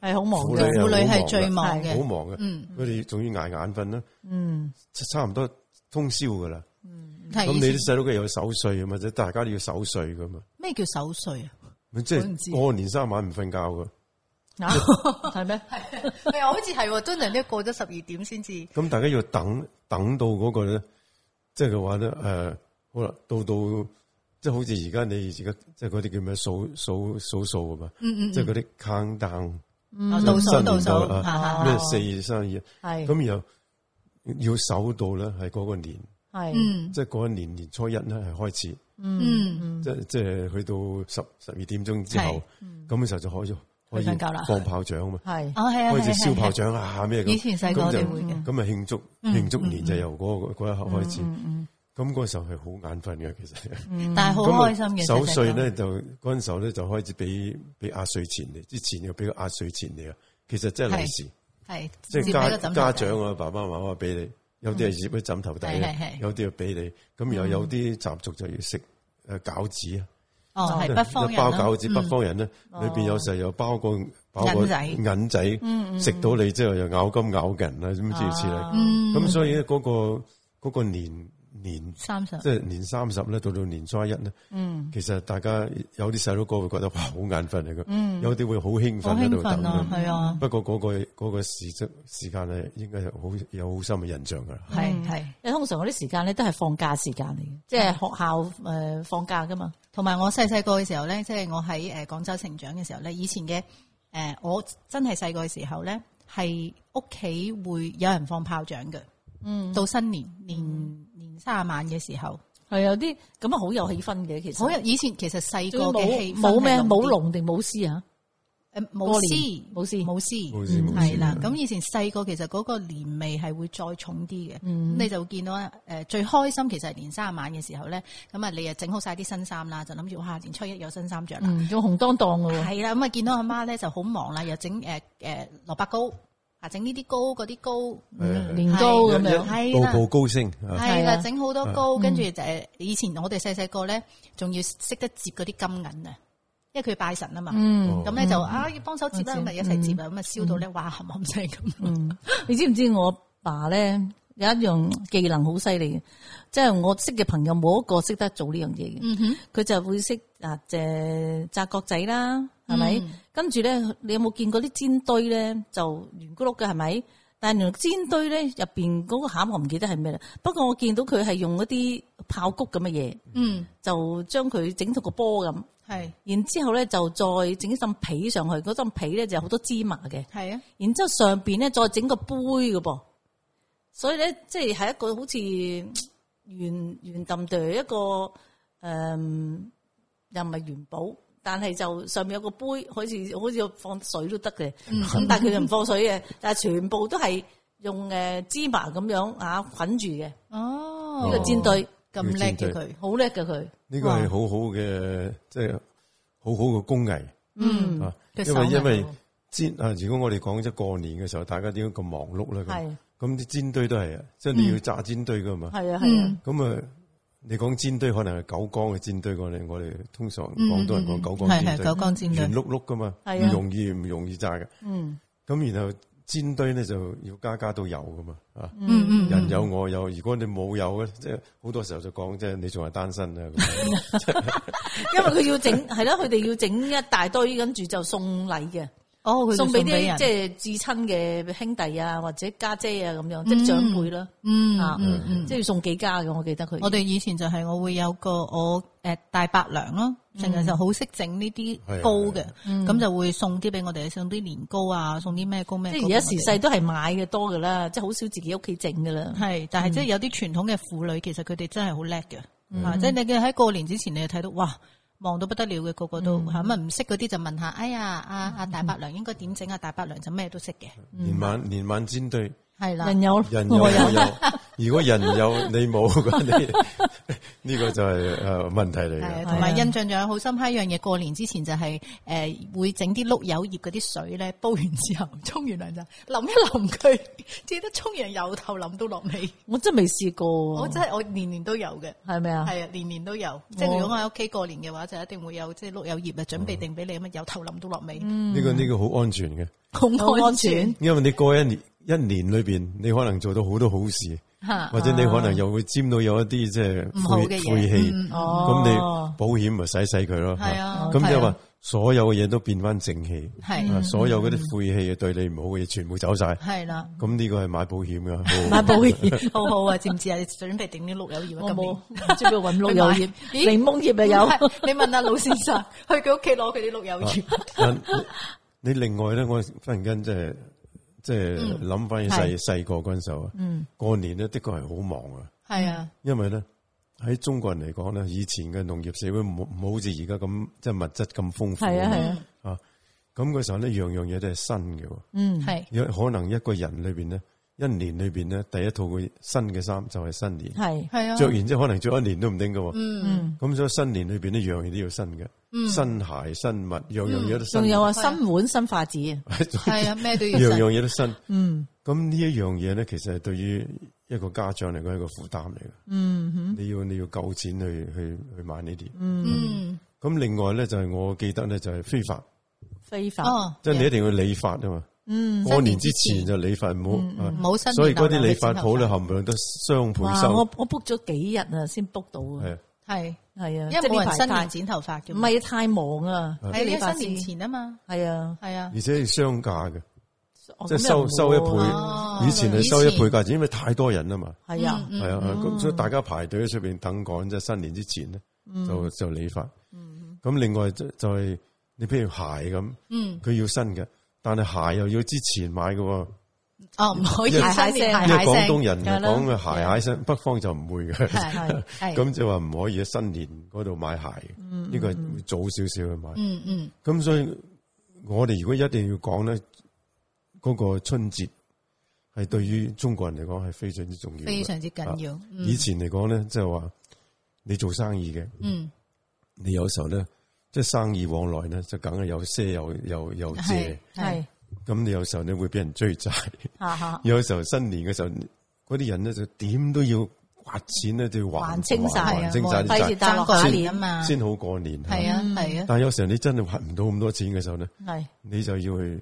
S2: 係好忙
S3: 婦
S2: 嘅，
S3: 女
S1: 婦
S3: 啊
S1: 女係最忙
S2: 係
S3: 好
S1: 嘅。
S3: 忙嘅，啊
S1: 嗯
S3: 佢哋仲要捱眼瞓啦，
S2: 嗯，
S3: 差唔多通宵噶啦。
S1: 係
S3: 咁你
S1: 以前
S3: 啲細佬嘅有守歲啊嘛，即係大家都要守歲噶嘛，
S1: 咩叫守歲 啊？
S3: 咪即
S1: 我唔知
S3: 係過年三晚唔瞓覺噶。
S2: 啊係咩？
S1: 係啊，好似係喎，通常都過咗十二點先至。
S3: 咁大家要等等到嗰個咧，即係嘅話咧，誒、好啦，到到即係好似而家你而家即係嗰啲叫咩數數數數啊嘛，
S1: 嗯嗯
S3: 即係嗰啲 count down
S2: Ừ.
S1: 啊倒數
S3: 新年
S1: 倒數
S3: 到啦
S1: 啊
S3: 咩四三二一，
S2: 係
S3: 咁然後要守到咧係嗰個年，
S2: 係
S1: 嗯
S2: Ừ.
S3: 即係嗰一年年初一咧係開始，
S1: 嗯，
S3: 即即係去到十十二點鐘之後，咁嘅時候就可以可
S2: 瞓覺啦
S3: 以放炮仗啊嘛，
S2: 系
S1: 哦係啊，
S3: 開
S1: 係
S3: 始
S1: 啊
S3: 燒
S1: 係啊
S3: 炮仗啊咩
S1: 以
S3: 咁，
S1: 前細個我
S3: 咁就
S1: 哋會嘅，嗯
S3: 咁啊慶祝慶祝年就由嗰個嗰一刻開始，咁嗰時候係好眼瞓嘅其實，
S1: 但係嗯好
S3: 咁啊
S1: 開心嘅。
S3: 守
S1: 細
S3: 歲
S1: 細個
S3: 咧就嗰陣時候咧就開始俾俾壓歲錢你，之前又俾個壓歲錢你啊，其實即係利是。
S1: 係
S3: 即係
S1: 接喺個
S3: 家
S1: 枕頭
S3: 家
S1: 底嗯
S3: 長啊，爸爸媽媽俾你，有啲係接喺枕頭底
S1: 係係係嗯
S3: 嘅，有啲要俾你，咁然後有啲習俗就要食誒餃子啊，
S1: 哦係
S3: 即
S1: 北方人
S3: 包
S1: 啦
S3: 餃子，
S1: 嗯
S3: 北方人咧裏邊有時候又包個包個
S1: 銀仔嗯
S3: 銀仔，食到你之後又咬金咬銀啊，咁諸如此
S2: 啊
S3: 類。
S1: 嗯
S3: 咁所以咧嗰個嗰個年年
S1: 三十
S3: 即係年三十咧，到到年初一咧，
S2: 嗯
S3: 其實大家有啲細佬哥會覺得哇好眼瞓嚟嘅，有啲會好興
S1: 嗯好
S3: 奮喺
S1: 興
S3: 度等
S1: 奮啊，
S3: 咁。
S1: 係啊，
S3: 不過嗰、個嗰、個時則時間咧，應該有好有好深嘅印象噶啦。
S2: 嗯
S1: 係係。
S2: 你通常嗰啲時間咧都係放假時間嚟嘅，即係學校诶放假噶嘛。
S1: 同埋我細細個嘅時候咧，即係我喺誒廣州成長嘅時候咧，以前嘅誒、呃我真係細個嘅時候咧，係屋企會有人放炮仗嘅。嗯，到新年年年卅晚嘅時候，
S2: 係有啲咁啊，好有氣氛嘅其實。
S1: 好有以前其實細
S2: 仲
S1: 個
S2: 要
S1: 嘅氣
S2: 冇
S1: 氛
S2: 冇咩
S1: 係濃啲
S2: 冇龍定舞獅啊？
S1: 誒呃
S2: 過
S1: 冇
S2: 年
S1: 詩
S2: 舞獅
S1: 冇詩
S3: 冇事冇事
S1: 係啦，咁以前細個其實嗰個年味係會再重啲嘅，咁、
S2: 嗯
S1: 你就會見到誒、呃最開心其實係年卅晚嘅時候咧，咁啊你啊整好晒啲新衫啦，就諗住哇年初一有新衫着啦，
S2: 嗯，仲紅當當嘅喎。
S1: 係啦，咁啊見到阿媽咧就好忙啦，又整誒誒蘿蔔糕啊，整呢啲糕嗰啲糕，
S2: 嗯
S3: 係
S2: 年糕咁
S1: 係
S2: 樣。
S1: 係
S3: 步
S1: 啦
S3: 步高升啊！
S1: 係
S2: 係啊
S1: 啦，整好多糕，跟住就係以前我哋細細個咧，仲要識得接嗰啲金銀啊，因為佢拜神啊嘛，
S2: 嗯，
S1: 咁咧就啊要幫手接啦，
S2: 嗯
S1: 咁咪一齊接啊，咁啊燒到咧哇冚冚聲咁，
S2: 你知唔知我爸咧有一樣技能好犀利嘅，即係我識嘅朋友冇一個識得做呢樣嘢嘅。
S1: 嗯哼，
S2: 佢就會識啊，誒扎角仔啦，係咪
S1: 嗯？
S2: 跟住咧，你有冇見過啲煎堆咧？就圓咕碌嘅係咪？但係原來煎堆咧入邊嗰個餡我唔記得係咩啦。不過我見到佢係用一啲炮谷咁嘅嘢，
S1: 嗯
S2: 就將佢整到個波咁，
S1: 係
S2: 然之後咧就再整一浸皮上去，嗰浸皮咧就有好多芝麻嘅。
S1: 係啊，
S2: 然之後上邊咧再整個杯嘅噃，所以咧即係係一個好似嗯圓圓揼哚一個誒、嗯又唔係元寶，但係就上面有個杯，好似好似放水都得嘅，咁、
S3: 嗯
S2: 但係佢就唔放水嘅，但係全部都係用誒芝麻咁樣啊捆住嘅呢
S1: 哦
S3: 呢
S2: 個煎堆，
S1: 咁叻
S3: 呢個
S1: 嘅
S3: 戰
S1: 佢
S3: 隊，
S2: 好叻嘅佢，
S3: 呢個係好好嘅，即係好好嘅工藝
S1: 嗯
S3: 啊！
S1: 佢手
S3: 因為
S1: 藝
S3: 因為
S1: 好
S3: 煎啊，如果我哋講咗過年嘅時候，大家點解咁忙碌咧？
S2: 係
S3: 咁咁啲煎堆都係啊，即係你要炸煎堆噶嘛。
S2: 係啊係啊
S1: 嗯，
S3: 咁啊，你講煎堆可能係九江嘅煎堆，我哋我哋通常廣東人講九江
S1: 嗯係係
S3: 煎堆，
S1: 九江煎堆
S3: 圓碌碌噶嘛，
S2: 係啊
S3: 唔容易唔容易炸嘅。
S2: 嗯
S3: 咁然後煎堆咧就要家家都有噶嘛，啊，
S1: 嗯嗯
S3: 人有我有，如果你冇有咧，即係好多時候就講即係你仲係單身啊，咁
S2: 因為佢要整係咯，佢哋要整一大堆，跟住就送禮嘅。
S1: 哦佢
S2: 送俾啲
S1: 人
S2: 即係至親嘅兄弟啊，或者家姐啊咁樣，即係長輩啦，
S1: 嗯
S2: 啊
S1: 嗯嗯。
S2: 即係要送幾家嘅，我記得佢。
S1: 我哋以前就係我會有個我誒大伯娘咯，成日就好識整呢啲糕嘅，咁就會送啲俾我哋，送啲年糕啊，送啲咩糕咩
S2: 即
S1: 糕。
S2: 係而家時勢都係買嘅多噶啦，即係好少自己屋企整噶啦。
S1: 係，但係即係有啲傳統嘅婦女，其實佢哋真係好叻嘅，啊，即係你嘅喺過年之前，你就睇到哇。忙到不得了嘅，個個都嚇咁啊！唔識嗰啲就問下，哎呀，阿阿大伯娘應該點整啊？大伯娘就咩都識嘅，
S3: 年晚年晚煎堆，
S1: 嗯係啊啦，
S2: 人有
S3: 人有
S2: 我
S3: 我
S2: 有，
S3: 有，如果人有你冇咁你 呢個就係誒問題
S2: 啊
S1: 係
S3: 嚟嘅。
S1: 啊同埋印象仲有好深刻一樣嘢，過年之前就係、诶誒、會整啲碌柚葉嗰啲水咧，煲完之後沖完涼就淋一淋佢， 記得沖完由頭淋到落尾。
S2: 我真係未試過喎。
S1: 我真係我年年都有嘅，
S2: 係咪啊？
S1: 係啊，年年都有。即係如果我喺屋企過年嘅話，就一定會有即係碌柚葉啊，準備定俾你咁啊，由頭淋到落尾，
S2: 嗯
S3: 呢個呢個好安全嘅，
S1: 好
S2: 好安全。
S3: 因為你過一年一年裏邊，你可能做到好多好事，
S1: 嚇
S3: 或者你可能又會沾到有一啲即係
S1: 啊唔好
S3: 晦
S1: 嘅嘢
S3: 晦氣，
S1: 嗯
S2: 哦
S3: 咁你保險咪洗洗佢咯。
S1: 係啊
S3: 咁即係
S1: 係
S3: 話
S1: 啊
S3: 所有嘅嘢都變翻正氣。
S1: 係
S3: 啊，所有嗰
S2: 嗯
S3: 啲晦氣嘅對你唔好嘅嘢，全部走晒。
S1: 係 啦。
S3: 咁呢個係買保 險噶，好
S2: 買保險，
S1: 好好啊，知唔知啊？你準備定啲碌柚葉
S2: 我
S1: 啊，今
S2: 冇，
S1: 年。
S2: 唔知邊度揾碌柚葉
S1: 去、買咦
S2: 檸檬葉啊有。
S1: 你問下老先 生，去佢屋企攞佢啲碌柚葉。
S3: 啊但你你另外咧，我忽然間即係即
S2: 嗯
S3: 係諗翻起細細個嗰陣時候啊，過年咧的確係好忙啊，
S1: 係啊，
S3: 因為咧喺中國人嚟講咧，以前嘅農業社會唔好唔好似而家咁，即係物質咁豐富。
S2: 係啊係啊，
S3: 啊，咁嗰時候咧，樣樣嘢都係新嘅喎。
S2: 嗯，
S1: 係
S3: 有可能一個人裏邊咧，一年裏邊咧，第一套嘅新嘅衫就係新年，
S2: 係
S1: 係啊，
S3: 着完之後可能着一年都唔定嘅喎。
S1: 嗯，
S3: 咁所以新年裏邊呢樣嘢都要新嘅，新鞋新物，樣樣嘢都
S2: 嗯
S3: 新。
S2: 仲有啊，新碗新筷子，
S1: 係啊，咩都要
S3: 樣
S1: 新。
S3: 樣嘢都新。嗯，咁呢一樣嘢咧，其實係對於一個家長嚟講係一個負擔嚟嘅。嗯你要你要夠錢去去去買呢啲。
S1: 嗯，
S3: 咁另外咧就係我記得咧就係非法，
S2: 非法，
S1: 哦，
S3: 即係你一定要理髮啊嘛。嗯，過年之前就理髮唔好啊，
S1: 嗯冇新年
S3: 所以嗰啲理髮
S1: 髮
S3: 鋪咧冚唪唥都雙倍
S2: 哇！我
S3: 收，
S2: 我 book 咗幾日啊，先 book 到啊，
S3: 係
S1: 嗯係，
S2: 係啊，
S1: 因為
S2: 即係呢
S1: 冇人
S2: 排
S1: 新
S2: 太
S1: 年剪頭髮嘅
S2: 唔
S1: 嘛，
S2: 係太忙啊，
S1: 係
S2: 呢
S1: 因為
S2: 塊
S1: 新年
S2: 先
S1: 前啊嘛，
S2: 係啊，
S1: 係啊，
S3: 而且係雙價嘅，
S2: 哦
S3: 即係
S2: 咁
S3: 收
S2: 又
S3: 收一
S2: 冇啊
S1: 哦
S3: 倍，以前係收一倍價錢，因為太多人啊嘛。
S2: 係啊，
S1: 嗯
S3: 係啊，咁所以大家排隊喺出邊等趕，即係新年之前咧，
S1: 嗯
S3: 就就理髮。咁另外就就係你譬如鞋咁，
S1: 嗯，
S3: 佢要新嘅，但係鞋又要之前買嘅喎。
S1: 哦，唔可以
S3: 因為
S1: 新年
S2: 因
S3: 因為
S1: 鞋
S3: 廣
S1: 聲，
S3: 東人啊
S2: 係啦
S3: 講嘅鞋蟹聲，北方就唔會嘅。
S1: 啊 係係
S3: 咁就話唔可以喺新年嗰度買鞋嘅，呢個係會早少少去買。
S1: 嗯嗯
S3: 咁所以我哋如果一定要講咧，嗰個春節係對於中國人嚟講係非常之重要嘅。
S1: 非常之緊要
S3: 啊，
S1: 嗯
S3: 以前嚟講咧，即係話你做生意嘅，
S1: 嗯
S3: 你有時候咧，即係生意往來咧，就梗係有賒有有有
S1: 係
S3: 借，
S1: 係
S2: 係
S3: 咁你有時候你會俾人追債，
S2: 嚇嚇，
S3: 有時候新年嘅時候，嗰啲人咧就點都要刮錢咧，就要還
S2: 還清晒啊
S3: 還清晒啲
S2: 費事
S3: 債，
S2: 打落下年啊
S1: 嘛
S3: 先好過年。
S1: 係
S2: 嗯
S1: 啊係啊，
S3: 但係有時候你真係還唔到咁多錢嘅時候咧，
S2: 係
S3: 你就要去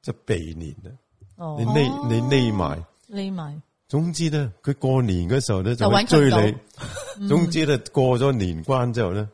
S3: 即係避年啦，你
S2: 哦，
S3: 匿你匿埋。
S2: 匿埋
S3: 總之咧，佢過年嘅時候咧
S1: 就
S3: 就會
S1: 搵佢
S3: 追你。 總之咧，過咗年關之後咧，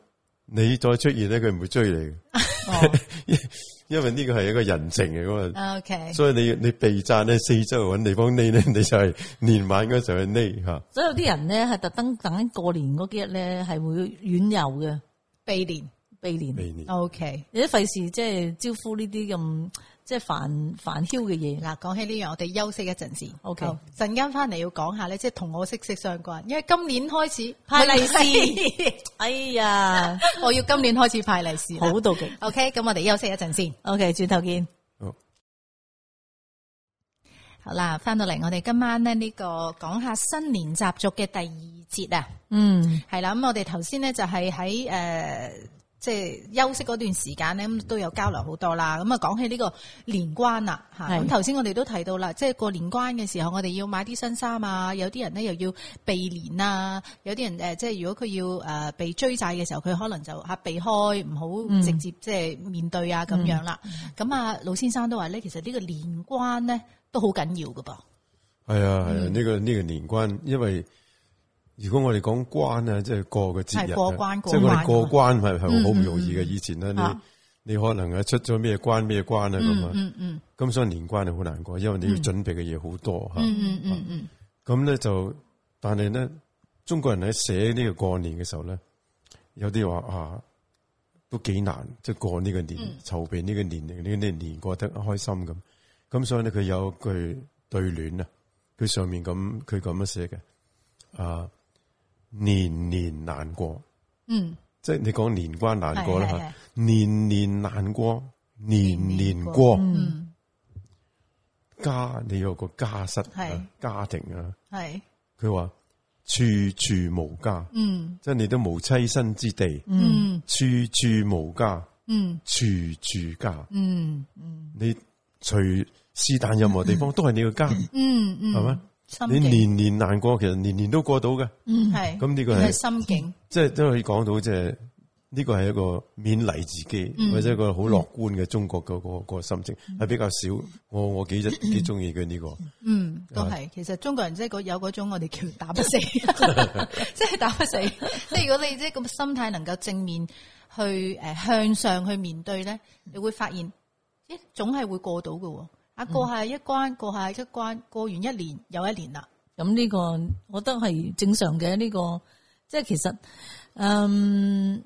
S3: 你再出現咧，佢唔會追你嘅。
S1: 哦
S3: 因 因為呢個係一個人情嚟噶嘛，
S1: 啊，OK，
S3: 所以你你避讚咧，四周搵地方匿咧， 你就係年晚嗰時候去匿
S1: 哦
S3: 吓。
S2: 所以有啲人咧係特登等過年嗰幾日咧係會遠遊嘅
S1: 避年
S2: 避年，
S3: 避年哦
S1: ，OK。
S2: 你都費事即係招呼呢啲咁即係煩煩囂嘅嘢。
S1: 嗱，講起呢樣，我哋休息一陣先。
S2: OK
S1: 好陣間翻嚟要講下咧，即係同我息息相關，因為今年開始
S2: 派利
S1: 是，
S2: 是，哎呀，
S1: 我要今年開始派利是啦。
S2: 好到極。
S1: OK，咁我哋休息一陣先。
S2: OK，轉頭見。
S3: 好
S1: 好啦，翻到嚟我哋今晚咧呢、個講下新年習俗嘅第二節啊，
S2: 嗯，
S1: 係啦，咁我哋頭先咧就係喺诶即係休息嗰段時間咧，咁都有交流好多啦。咁啊講起呢個年關啦吓，
S2: 係
S1: 咁頭先我哋都提到啦，即係過年關嘅時候，我哋要買啲新衫啊，有啲人咧又要避年啊，有啲人诶、呃即係如果佢要诶、呃被追債嘅時候，佢可能就吓避開，唔好直接即係面對啊咁樣啦。咁啊、老先生都話咧，其實呢個年關咧都好緊要噶噃。
S3: 係啊係啊，
S1: 嗯
S3: 呢個呢個年關，因為如果我哋講關啊，即係過個節
S1: 係
S3: 日啊，
S1: 過關嗯過
S3: 即係我哋
S1: 關
S3: 過關係係好唔容易嘅。以前咧，
S1: 啊
S3: 你你可能啊出咗咩關咩關啊咁啊，
S1: 嗯嗯
S3: 咁所以年關係好難過，因為你要準備嘅嘢好多吓。
S1: 嗯嗯嗯嗯。
S3: 咁咧就，但係咧，中國人喺寫呢個過年嘅時候咧，有啲話啊，都幾難，即係過呢個年，
S1: 嗯
S3: 籌備呢個年，呢、呢個年過得開心咁。咁所以咧，佢有句對聯啊，佢上面咁，佢咁樣寫嘅，啊，年年難過，
S1: 嗯，
S3: 即係你講年關難過啦
S1: 係係
S3: 吓，年年難過，年年過，
S1: 嗯，
S3: 家你有個家室，
S1: 係
S3: 家庭啊。
S1: 系，
S3: 佢話處處無家，
S1: 嗯
S3: 即係你都無棲身之地，
S1: 嗯
S3: 處處無家，
S1: 嗯
S3: 處處家。
S1: 嗯
S3: 你隨是但任何地方都係你個家，
S1: 嗯嗯，
S3: 係咪？
S1: 心
S3: 你
S1: 境嗯
S3: 年年難過，其實年年都過到嘅，
S1: 係
S3: 咁呢個
S1: 係
S3: 係
S1: 心境，
S3: 即係都可以講到，即係呢個係一個勉勵自己，
S1: 嗯
S3: 或者一個好樂觀嘅中國嗰個個心情，係比較少。我我 幾幾中意佢呢個。
S1: 嗯，都係。其實中國人即係嗰有嗰種我哋叫打不死，即係打不死。即係如果你即係咁心態能夠正面去诶向上去面對咧，你會發現，咦，總係會過到嘅喎。啊，過下一關，過下一關，過完一年又一年啦。
S2: 咁呢個我覺得係正常嘅呢、個，即係其實，嗯，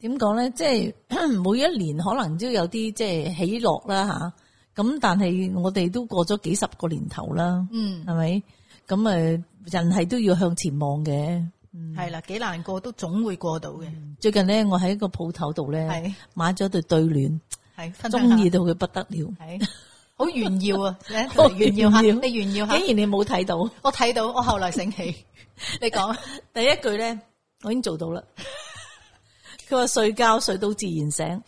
S2: 點講咧？即係 每一年可能都有啲即係起落啦吓，咁、但係我哋都過咗幾十個年頭啦，
S1: 嗯
S2: 呃係咪？咁誒，人係都要向前望嘅，
S1: 係啦，幾難過都總會過到嘅，
S2: 最近咧，我喺個鋪頭度咧
S1: 係
S2: 買咗對對聯，
S1: 係分享下
S2: 中意到佢不得 了。
S1: 係好炫耀啊！你
S2: 好
S1: 嚟炫 耀下，
S2: 炫耀
S1: 你炫耀下
S2: 竟，然你冇睇到
S1: 我睇到，我後來醒 起，你講
S2: 第一句咧，我已經做到啦。佢話睡覺睡到自然醒，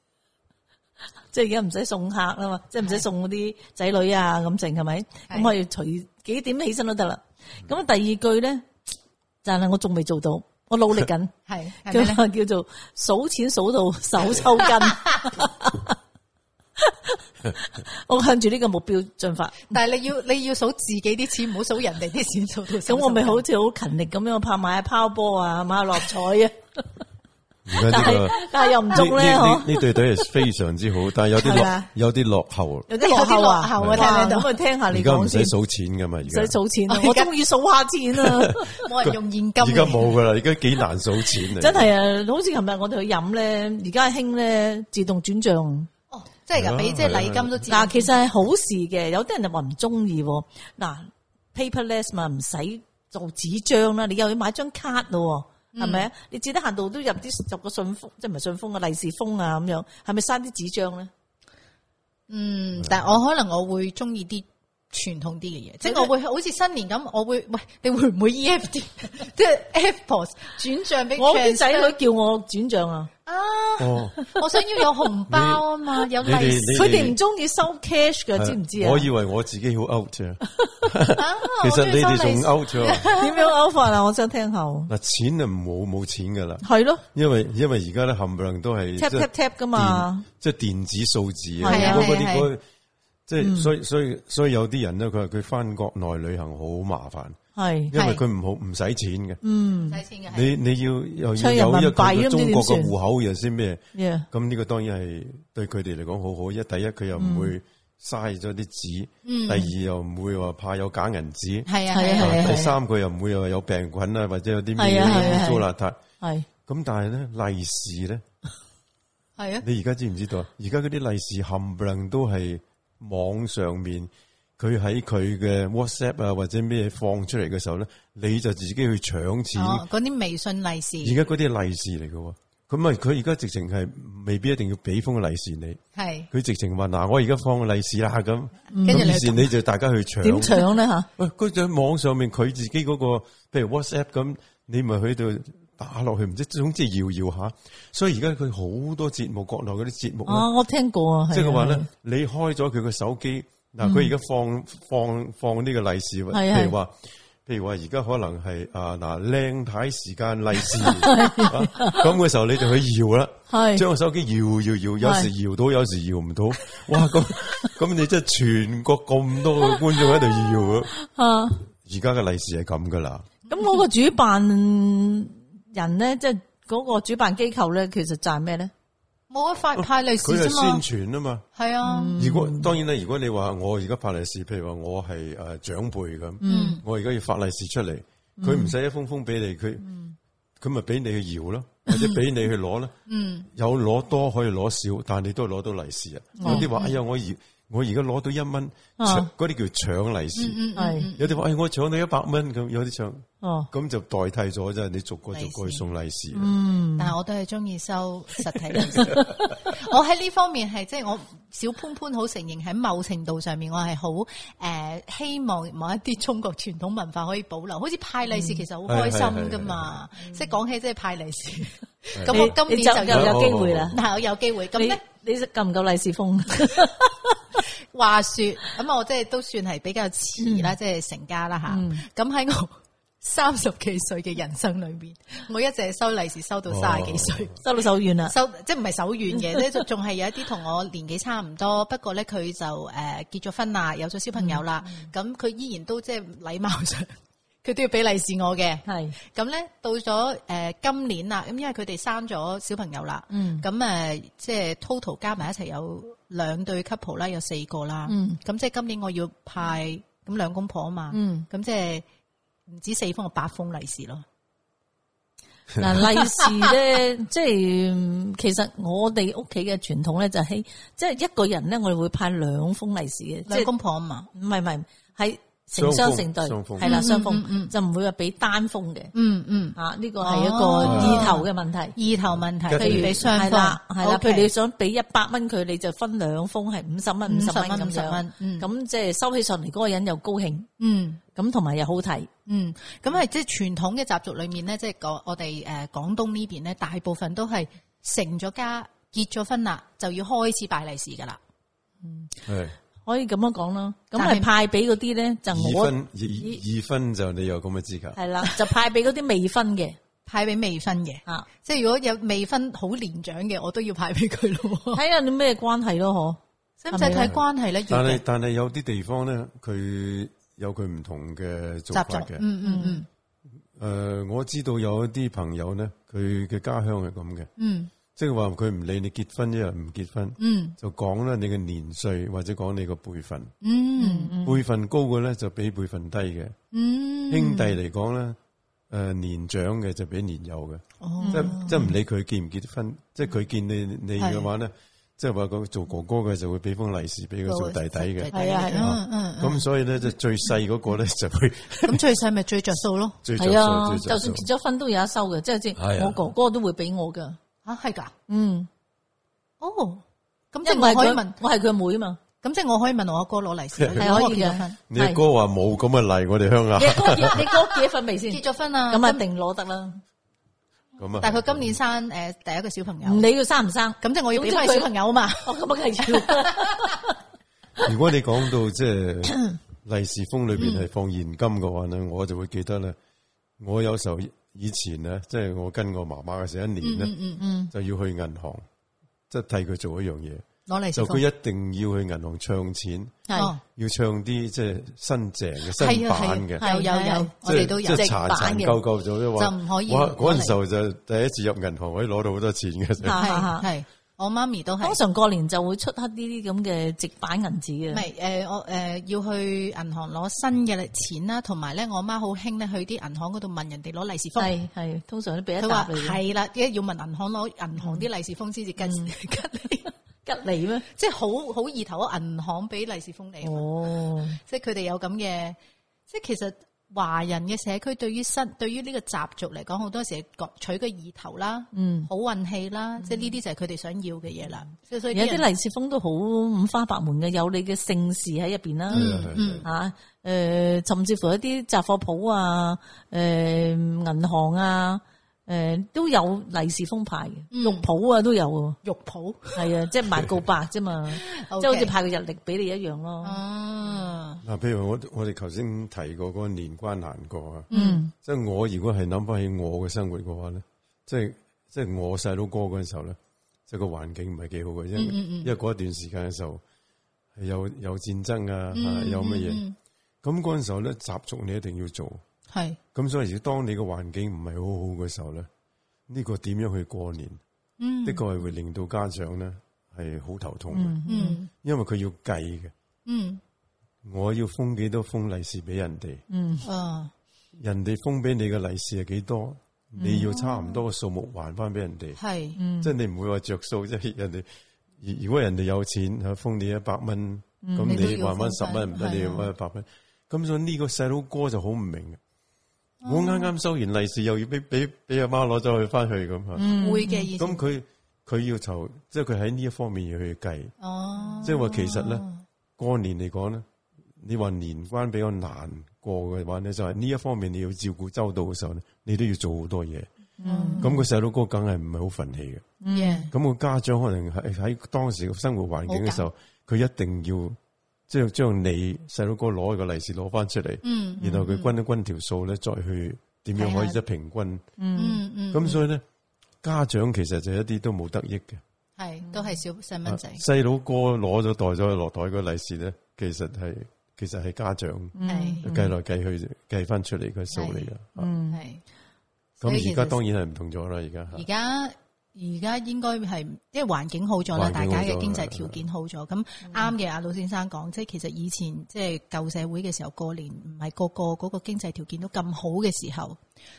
S2: 即係而家唔使送客啦嘛，即係唔使送嗰啲仔女啊咁剩係咪？咁我要隨幾點起身都得啦。咁第二句咧，但係我仲未做到，我努力緊。
S1: 係係咪
S2: 佢
S1: 咧？
S2: 話叫做數錢數到手抽筋。我向住呢個目標進發，
S1: 但係你要你要數自己啲錢，唔好數人哋啲錢數到手
S2: 咁
S1: 手
S2: 我咪
S1: 緊
S2: 好似好勤力咁樣拍買下拋波啊，買下六合彩啊，
S3: 而家
S2: 但
S3: 呢
S2: 係
S3: 個
S2: 但係又唔中咧，
S3: 呢
S2: 嗬
S3: 呢，呢對隊係非常之好，但係有啲
S2: 係
S3: 落
S2: 啊
S3: 有啲落後。
S2: 有啲落後啊，
S1: 有啲落後啊
S2: 哇
S1: 聽唔聽到
S2: 咁啊，聽下
S3: 而
S2: 你
S3: 家唔
S2: 講
S3: 使
S2: 先，唔
S3: 數錢噶嘛，而
S2: 使
S3: 家
S2: 數錢啊，
S1: 我
S2: 我
S1: 而家
S2: 中意數 下錢啊，
S1: 冇人用現金
S3: 而家
S1: 嘅，
S3: 冇噶啦，而家幾難數錢嚟。
S2: 真係啊，好似琴日我哋去飲咧，而家興咧自動轉帳。
S1: 哦，真係
S3: 係
S1: 㗎，
S3: 啊
S1: 俾即係禮金都知。
S2: 嗱，其實係好事嘅，有啲人就話唔中意喎。嗱，paperless 嘛，唔使做紙張啦，你又要買張卡咯喎，
S3: 嗯
S2: 係咪啊？你至得限度都入啲入個信封，即係唔係信封啊，利是封啊咁樣，係咪嘥啲紙張咧？
S1: 嗯，但係我可能我會中意啲傳統啲嘅嘢，即係我會好似新年咁，我會喂你會唔會 EFT 即係 AirPods 轉帳俾
S2: 我啲
S1: transfer？
S2: 仔女叫我轉帳啊，
S1: 啊，
S3: 哦，
S1: 我想要有紅包啊嘛，有
S3: 你哋
S1: 利是
S3: 你
S2: 佢哋唔中意收 cash 嘅，知唔知啊？
S3: 我以為我自己好 out 啫，
S1: 啊，
S3: 其實你
S1: 我中意
S3: 哋仲
S1: 收利是
S3: out 咗。
S2: 點樣勾法啊？我想聽下喎。
S3: 嗱，錢啊冇冇錢噶啦，
S2: 係咯
S3: 因為因為而家咧冚唪唥都係
S2: ，tap
S3: 即
S2: tap
S3: 係
S2: tap 噶嘛，
S3: 電即係電子數字
S2: 係啊嗯
S3: 如果嗰
S1: 係啊
S3: 啲嗰即係所以所以所以有啲人咧，佢話佢翻國內旅行好麻煩，
S2: 係
S3: 因為佢唔好唔使錢嘅。
S1: 唔使錢嘅係
S3: 你你要又要
S2: 唱人
S3: 有
S2: 民
S3: 一
S2: 幣都唔知
S3: 個中
S2: 點
S3: 國
S2: 算
S3: 嘅戶口又先咩？
S2: ，yeah，
S3: 咁呢個當然係對佢哋嚟講好好，一第一佢又唔
S2: 嗯
S3: 會嘥咗啲紙，第二又唔會話怕有假銀紙，
S1: 係啊係啊
S2: 係啊係
S1: 係
S2: 啊
S1: 啊，
S3: 第三佢又唔會話有病菌啊或者有啲
S2: 係
S3: 咩
S2: 啊係啊
S3: 污糟邋遢。
S2: 係
S3: 咁但係咧利是咧，
S1: 係啊，
S3: 你而家知唔知道啊？而家嗰啲利是冚唪唥都係網上面，佢喺佢嘅 WhatsApp 啊或者咩放出嚟嘅時候咧，你就自己去搶錢。
S1: 哦，嗰啲微信利是
S3: 而家嗰啲係利是嚟嘅喎，咁啊佢而家直情係未必一定要俾封個利是你，
S1: 係，
S3: 佢直情話嗱我而家放個利是啦啊咁，
S1: 跟住
S3: 咁
S1: 你
S3: 於是你就大家去搶。
S2: 點搶 咧吓？
S3: 喂，嗰喺網上面佢自己嗰、個，譬如 WhatsApp 咁，你咪去到打落去，唔知總之搖搖下。所以而家佢好多節目，國內嗰啲節
S1: 哦
S3: 目
S2: 啊，
S3: 咧，
S2: 我聽過啊，係啊嗯
S3: 即係話咧，你開咗佢個手機，嗱佢而家放放放呢個利是，
S2: 係啊
S3: 譬如話。譬如話而家可能係啊嗱靚太時間利 是，啊咁嘅時候你就去搖啦，
S2: 係
S3: 將個手機搖搖搖，有時搖到，有時搖唔到，哇咁 咁你真係全國咁多嘅觀眾喺度搖啊！
S2: 啊。
S3: 而家嘅利是係咁噶啦，
S2: 咁嗰個主辦人咧，即係嗰個主辦機構咧，其實賺咩咧？
S1: 冇得發派利是
S3: 佢係
S1: 啫嘛，
S3: 宣傳啊嘛。
S1: 係啊，
S3: 如果當然啦，如果你話我而家發利是，譬如話我係誒長輩咁，
S1: 嗯
S3: 我而家要發利是出嚟，佢唔使一封封俾你，佢佢咪俾你去搖咯，或者俾你去攞啦。
S1: 嗯，
S3: 有攞多可以攞少，但係你都係攞到利是啊。
S1: 哦
S3: 有啲
S1: 嗯
S3: 話哎呀，我而我而家攞到一蚊，搶
S2: 啊
S3: 嗰啲叫搶利是。
S1: 嗯嗯
S2: 係
S3: 有啲話哎，我搶到一百蚊咁，有啲搶
S2: 哦，
S3: 咁就代替咗啫。你逐個逐個
S1: 利
S3: 去
S1: 是
S3: 送利是啊啦。
S2: 嗯，
S1: 但系我都係中意收實體利是。 我喺呢方面係即係我小潘潘好承認喺某程度上面，我係好诶希望 某一啲中國傳統文化可以保留。好似派利
S2: 嗯
S1: 是其實好開心噶嘛，即係嗯講起即係派利是。咁
S2: 你
S1: 我今
S2: 你
S1: 年就
S2: 又
S1: 有
S2: 有機會啦。
S1: 嗱，我有機會咁
S2: 你
S1: 咧。
S2: 你夠唔夠利是封？
S1: 話說咁，啊我即係都算係比較遲啦，即係成家啦吓。咁喺我 三十幾歲嘅人生裏面，我一直係收利是收到三十幾歲。
S2: 收到手軟啦，
S1: 收即系唔係手軟嘅， 即係仲仲係有一啲同我年紀差唔多，不過咧佢就诶、誒結咗婚啦，有咗小朋友啦，咁佢、依然都即係禮貌上， 佢都要俾利是我嘅。
S2: 係
S1: 咁咧到咗诶、誒今年啦，咁因為佢哋生咗小朋友啦，
S2: 嗯
S1: 咁诶、誒即係 total 加埋一齊有兩對 couple 啦，有四個啦，
S2: 嗯
S1: 咁即係今年我要派咁兩公婆啊嘛，
S2: 嗯
S1: 咁即係唔止四封，八封利是咯。
S2: 嗱，利是咧， 即係嗯其實我哋屋企嘅傳統咧就係，即係一個人咧，我哋會派兩封利是嘅，即
S1: 兩
S2: 係
S1: 公婆啊嘛，
S2: 唔係唔係係成雙成對，
S3: 雙峰
S2: 係啦，
S1: 嗯
S2: 雙峰
S1: 嗯嗯
S2: 就唔會話俾單峰嘅。
S1: 嗯嗯，
S2: 啊，呢個係一
S1: 哦
S2: 個意頭嘅問題。
S1: 意頭問題，
S3: 跟住
S1: 譬如你雙
S2: 係
S1: 方
S2: 啦，係啦，
S1: OK
S2: 譬如你想俾一百蚊佢，你就分兩封係五十蚊、五十蚊咁
S1: 50
S2: 樣
S1: 蚊。嗯
S2: 咁即係收起上嚟嗰個人又高興，
S1: 嗯。
S2: 咁同埋又好睇。
S1: 嗯，咁係即係傳統嘅習俗裏面咧，即係講我哋誒廣東呢邊咧，大部分都係成咗家、結咗婚啦，就要開始拜利是噶啦。
S3: 系
S2: 可以咁樣講啦，咁
S1: 但
S2: 係
S1: 係
S2: 派俾嗰啲咧，就
S3: 已
S2: 我
S3: 婚已已婚就你有咁嘅資格，
S2: 係啦，就派俾嗰啲未婚嘅
S1: 派俾未婚嘅，
S2: 啊，
S1: 即係如果有未婚好年長嘅，我都要派俾佢咯。
S2: 睇下你咩關係咯，嗬。
S1: 使唔使睇關係咧？要
S3: 但
S1: 嘅
S3: 系但系有啲地方咧，佢有佢唔同嘅做
S1: 習
S3: 法
S1: 俗
S3: 嘅。，
S1: 嗯嗯嗯
S3: 诶、我知道有一啲朋友咧，佢嘅家鄉係咁嘅，
S1: 嗯
S3: 即係話佢唔理你結婚一日唔結婚，
S1: 嗯
S3: 就講啦你嘅年歲或者講你個輩份，
S1: 嗯嗯
S3: 輩份高嘅咧就比輩份低嘅。
S1: 嗯，
S3: 兄弟嚟講咧，诶、年長嘅就比年幼嘅，
S1: 哦
S3: 即係即係唔理佢結唔結婚，即係佢見你你嘅話咧，即係話佢做哥哥嘅就會俾封利是俾佢做弟弟嘅。
S2: 係啊係
S1: 啊
S3: 啊，
S1: 嗯嗯
S3: 咁所以咧，就最細嗰個咧就會
S1: 咁最細咪最着數 咯。
S3: 最着
S2: 係啊，
S3: 數，
S2: 就算
S3: 最着數
S2: 結。咗婚都有得收嘅，即係即
S3: 係
S2: 係
S3: 啊
S2: 我哥哥都會俾我噶。
S1: 吓啊係㗎，
S2: 嗯，
S1: 哦，咁即
S2: 因
S1: 係
S2: 為
S1: 我可以
S2: 佢
S1: 問，
S2: 我係佢妹嘛，啊
S1: 咁即係我可以問我阿哥攞利是，
S2: 係可以
S1: 結咗婚
S2: 嘅。。
S3: 你阿哥話冇咁嘅例，我哋鄉
S2: 你
S3: 下
S2: 哥 結你哥結咗婚未先？
S1: 結咗婚啦，
S2: 咁啊，定攞得啦。
S3: 咁啊。
S1: 但係佢今年生诶第一個小朋
S2: 唔
S1: 友，
S2: 理佢生唔生，
S1: 咁即係我要俾
S2: 咁
S1: 翻
S2: 即係佢
S1: 小朋哦友啊嘛。
S2: 哦咁啊係要。
S3: 如果你講到 即係利是封裏边係放現金嘅話咧，我就會記得咧。我有時候以前咧，即係我跟我媽媽嘅時候，一年咧、
S1: 嗯
S2: 嗯，
S3: 就要去銀行，即係替佢做一樣嘢，
S1: 攞利是
S3: 就
S1: 封
S3: 佢一定要去銀行唱錢，
S2: 係
S1: 哦
S3: 要唱啲即係新淨
S1: 係啊
S3: 嘅新版嘅
S1: 係。啊有有有
S2: 係，
S1: 我哋都
S3: 即
S1: 有
S3: 係
S2: 即
S3: 即
S2: 係
S3: 係殘殘舊舊咗啫，話
S1: 就唔可以
S3: 哇
S1: 攞嚟
S3: 嗰陣時候就第一次入銀行可以攞到好多錢嘅，
S1: 係
S2: 係係。
S1: 係，我媽咪都係
S2: 通。常過年就會出黑呢啲咁嘅直板銀紙
S1: 唔
S2: 嘅，
S1: 係誒，呃我誒、要去銀行攞新嘅錢啦，同埋咧，我媽好興咧去啲銀行嗰度問人哋攞利是封。
S2: 係係通常都俾一
S1: 佢
S2: 沓
S1: 話
S2: 你嘅。
S1: 係啦，一要問銀行攞銀行啲利是封先至跟吉 你，
S2: 吉利咩？
S1: 即係好好意頭啊！銀行俾利是封你，
S2: 哦，
S1: 即係佢哋有咁嘅，即係其實華人嘅社區對於新對於呢個習俗嚟講，好多時係各取個意頭啦，
S2: 嗯，
S1: 好運氣啦，即係呢啲就係佢哋想要嘅嘢啦。即係所以
S2: 有
S1: 人
S2: 啲利是封都好五花八門嘅，有你嘅姓氏喺入邊啦。
S1: 嗯嗯
S2: 啊，诶、甚至乎一啲雜貨鋪啊，诶、銀行啊，诶、都有利是封牌嘅，
S1: 嗯
S2: 肉鋪啊都有 喎，
S1: 肉鋪，
S2: 係啊，即係賣告白啫嘛，即係好似
S1: OK 哦
S2: 派個日曆俾你一樣咯。
S1: 啊，
S3: 嗱，譬如我我哋頭先提過嗰個年關難過啊。
S2: 嗯，
S3: 即係我如果係諗翻起我嘅生活嘅話咧，即係即係我細佬哥嗰陣時候咧，即係個環境唔係幾好嘅，
S1: 嗯
S3: 因為、因為嗰一段時間嘅時候係有有戰爭啊，
S1: 嗯
S3: 啊有
S2: 嗯
S3: 乜嘢，咁嗰陣時候咧習俗你一定要做，
S1: 係
S3: 咁所以如果當你嘅環境唔係好好嘅時候咧，呢、個點樣去過年，
S1: 嗯
S3: 的確係會令到家長咧係好頭痛嘅，
S2: 嗯
S1: 嗯
S3: 因為佢要計嘅，
S1: 嗯
S3: 我要封幾多封利是俾人哋。
S2: 嗯，
S1: 啊。
S3: 人哋封俾你嘅利是係幾多，你要差唔多嘅數目還翻俾人哋，
S1: 系，
S3: 即係你唔會話着數，即係人哋如如果人哋有錢，佢封你一百蚊，咁
S1: 嗯你都
S3: 你
S1: 要
S3: 還翻十
S1: 封返
S3: 蚊唔得，
S1: 係
S3: 你
S1: 啊
S3: 要翻一百蚊。咁所以呢個細佬哥就好唔明嘅，
S1: 哦
S3: 我啱啱收完利是又要俾俾俾阿媽攞咗去翻去咁吓，
S1: 會嘅意思。
S3: 咁佢佢要籌，即係佢喺呢一方面要去計，
S1: 哦，
S3: 即係話其實咧過年嚟講咧。你話年關比較難過嘅話咧，就係呢一方面你要照顧周到嘅時候咧，你都要做好多嘢。
S1: 嗯
S3: 咁個細佬哥梗係唔係好憤氣嘅。
S2: 嗯
S1: ，yeah，
S3: 咁、個家長可能喺喺當時嘅生活環境嘅時候，佢一定要即係將你細佬哥攞個利是攞翻出嚟，
S1: 嗯
S3: 然後佢均一均條數咧，再去點樣可
S1: 係
S3: 以
S1: 啊
S3: 即係平均。
S1: 嗯嗯，
S3: 咁、所以咧，家長其實就一啲都冇得益嘅。
S1: 係都係小細
S3: 啊
S1: 蚊仔，
S3: 細佬哥攞咗袋咗落袋個利是咧，其實係其實係家長。
S1: 嗯係
S3: 計來計去計翻
S1: 嗯
S3: 出嚟個數嚟噶。啊
S1: 係。所以其
S3: 咁而
S1: 實
S3: 家當然係唔同咗啦，而家
S1: 而家而家應該係因為環境好咗啦，
S3: 環
S1: 大
S3: 境
S1: 家
S3: 好咗
S1: 嘅經濟條件好咗，咁啱嘅。阿老先生講，即係其實以前即係舊社會嘅時候，過年唔係個個嗰個經濟條件都咁好嘅時候，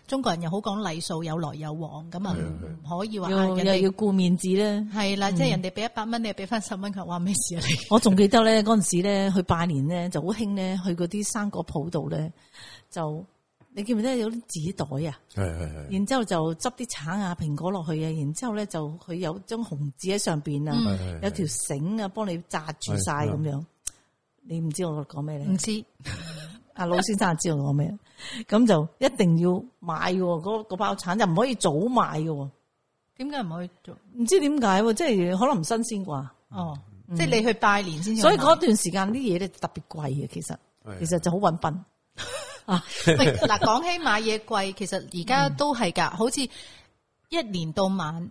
S1: 中國人又好講禮數，有來有往，咁啊
S3: 係啊
S1: 唔可以話啊
S2: 要
S1: 人
S2: 又要
S1: 哋
S2: 顧面子咧。
S1: 係啦，即係人哋俾一百蚊，你又俾翻十蚊，佢話咩事啊你？
S2: 我仲記得咧嗰阵时咧去拜年咧就好興咧去嗰啲生果鋪度咧就你記唔記得有啲紙袋啊？
S3: 系系系，
S2: 然之後就執啲橙啊、蘋果落去啊，然之後咧就佢有張紅紙喺上邊啊，
S1: 嗯
S3: 係係係
S2: 有條繩啊幫你紮住晒
S3: 係
S2: 咁樣。你唔知我講咩咧
S1: 唔？知
S2: 阿老先生知道我講咩？ 咁就一定要買嘅喎嗰嗰包橙，就唔可以早買嘅喎。
S1: 點解唔可以做？
S2: 唔知點解喎，即係可能唔新鮮啩。
S1: 哦，即係你去拜年先至有
S2: 嗯所
S1: 買，
S2: 以嗰段時間啲嘢咧特別貴嘅，其實
S3: 係
S2: 其實就好揾笨。
S1: 喂，嗱，講起買嘢貴，其實而家
S2: 嗯
S1: 都係㗎，好似一年到晚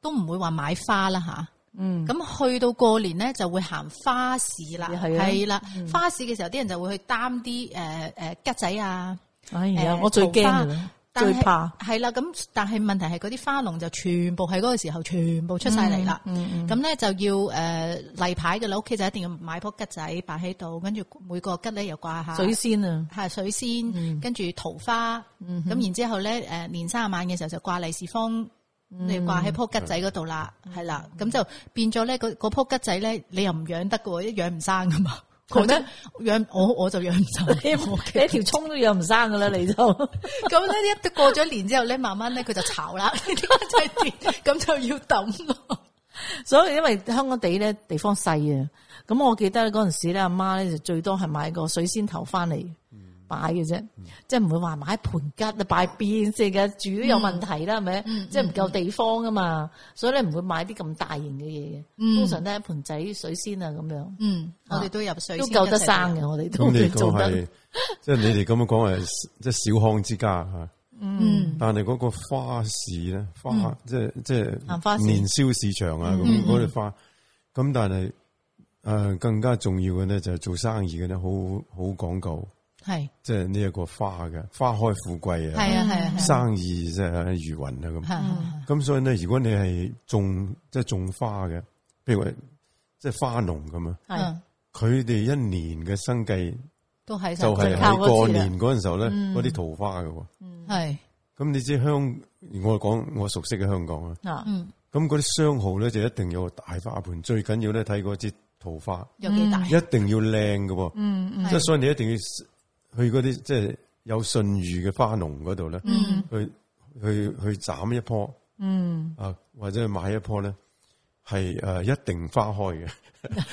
S1: 都唔會話買花啦吓。
S2: 嗯，
S1: 咁去到過年咧，就會行花市啦，
S2: 係啊
S1: 係啦。花市嘅時候，啲人就會去擔啲誒誒桔仔啊，
S2: 哎呀，
S1: 誒
S2: 我最
S1: 桃
S2: 驚嘅
S1: 花但
S2: 最
S1: 係
S2: 怕。
S1: 係啦。咁但係問題係嗰啲花農就全部喺嗰個時候全部出晒嚟啦。
S2: 嗯
S1: 咁咧就要誒例牌嘅啦，屋企就一定要買棵桔仔擺喺度，跟住每個桔咧又掛下
S2: 水仙嗯啊，
S1: 係水仙，跟住桃花，咁、
S2: 嗯
S1: 然之後咧，誒年三十晚嘅時候就掛利是封，
S2: 嗯
S1: 你掛喺棵桔仔嗰度啦，係啦，咁就變咗咧，嗰嗰棵桔仔咧，你又唔養得嘅喎，一養唔生噶嘛，
S2: 係咩
S1: 我真養我我就養唔生，
S2: 你 你一條葱都養唔生噶啦，你 就
S1: 咁咧一過咗年之後咧，慢慢咧佢就炒啦， 呢啲桔仔跌，咁就要抌咯。
S2: 所以因為香港地咧地方細啊，咁我記得嗰陣時咧，阿媽咧就最多係買個水仙頭翻嚟
S1: 嗯
S2: 擺嘅啫，即係唔會話買盆吉啊擺邊先嘅，住都有問題啦，係
S1: 嗯
S2: 咪？即係唔夠地方啊嘛，所以咧唔會買啲咁大型嘅嘢嘅，通常都係一盆仔水仙啊咁樣，
S1: 嗯，我哋都入水
S2: 都
S1: 仙
S2: 夠得
S1: 桔
S2: 生
S1: 仔
S2: 嘅，我哋都
S3: 咁你
S2: 做
S3: 講
S2: 得
S3: 係，即係你哋咁樣講係即係小康之家吓。
S1: 嗯，
S3: 但係嗰個花市咧，花、即係即
S2: 行花市
S3: 係年宵市場啊，咁嗰啲花。咁但係诶、呃更加重要嘅咧，就係做生意嘅咧，好好講究，
S1: 係
S3: 即係呢一個花嘅花開富貴啊，
S1: 係啊
S2: 嗯
S1: 係啊係啊
S3: 生意即係如雲啊咁。
S1: 係啊。
S3: 咁所以咧，如果你係種即係種花嘅，譬如話即係花農咁啊，
S1: 係
S2: 嗯係
S1: 啊
S3: 佢哋一年嘅生計
S1: 都係
S3: 就係
S2: 靠嗰次啦嗯
S3: 喺過年嗰陣時候咧，嗰啲桃花嘅喎。
S1: 係
S3: 咁你知香，我講我熟悉嘅香港啦。
S2: 啊，
S1: 嗯
S3: 咁嗰啲商號咧就一定有大花盆，最緊要咧睇嗰支桃花，
S1: 有幾大
S3: 一定要靚嘅喎。
S2: 嗯嗯
S3: 即係所以你一定要去嗰啲即係有信譽嘅花農嗰度咧，
S1: 嗯
S3: 去去去斬一棵
S2: 嗯，
S3: 啊，或者去買一棵咧，係誒一定花 開嘅。
S1: 唔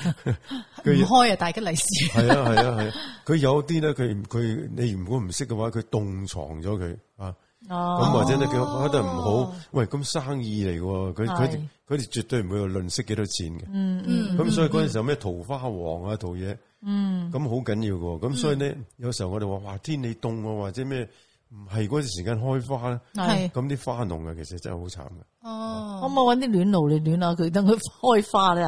S3: 佢
S1: 開啊，大吉利是。
S3: 係啊係啊係啊，佢有啲咧佢佢你如果唔識嘅話，佢凍藏咗佢啊。
S2: 哦，
S3: 咁或者咧佢開得唔好，喂咁生意嚟嘅喎，佢佢
S2: 係
S3: 哋佢哋絕對唔會話論識幾多錢嘅。
S2: 嗯嗯
S1: 嗯
S3: 咁所以嗰陣時候咩桃花王啊、桃嘢，
S2: 嗯
S3: 咁好緊要嘅喎。咁所以咧，有時候我哋話哇天氣凍啊，或者咩唔係嗰段時間開花咧，
S2: 係。
S1: 嗯係
S3: 咁啲花農啊其實真係好慘嘅。
S2: 可
S1: 哦
S2: 唔，可以揾啲暖爐嚟暖下佢，等佢開花咧？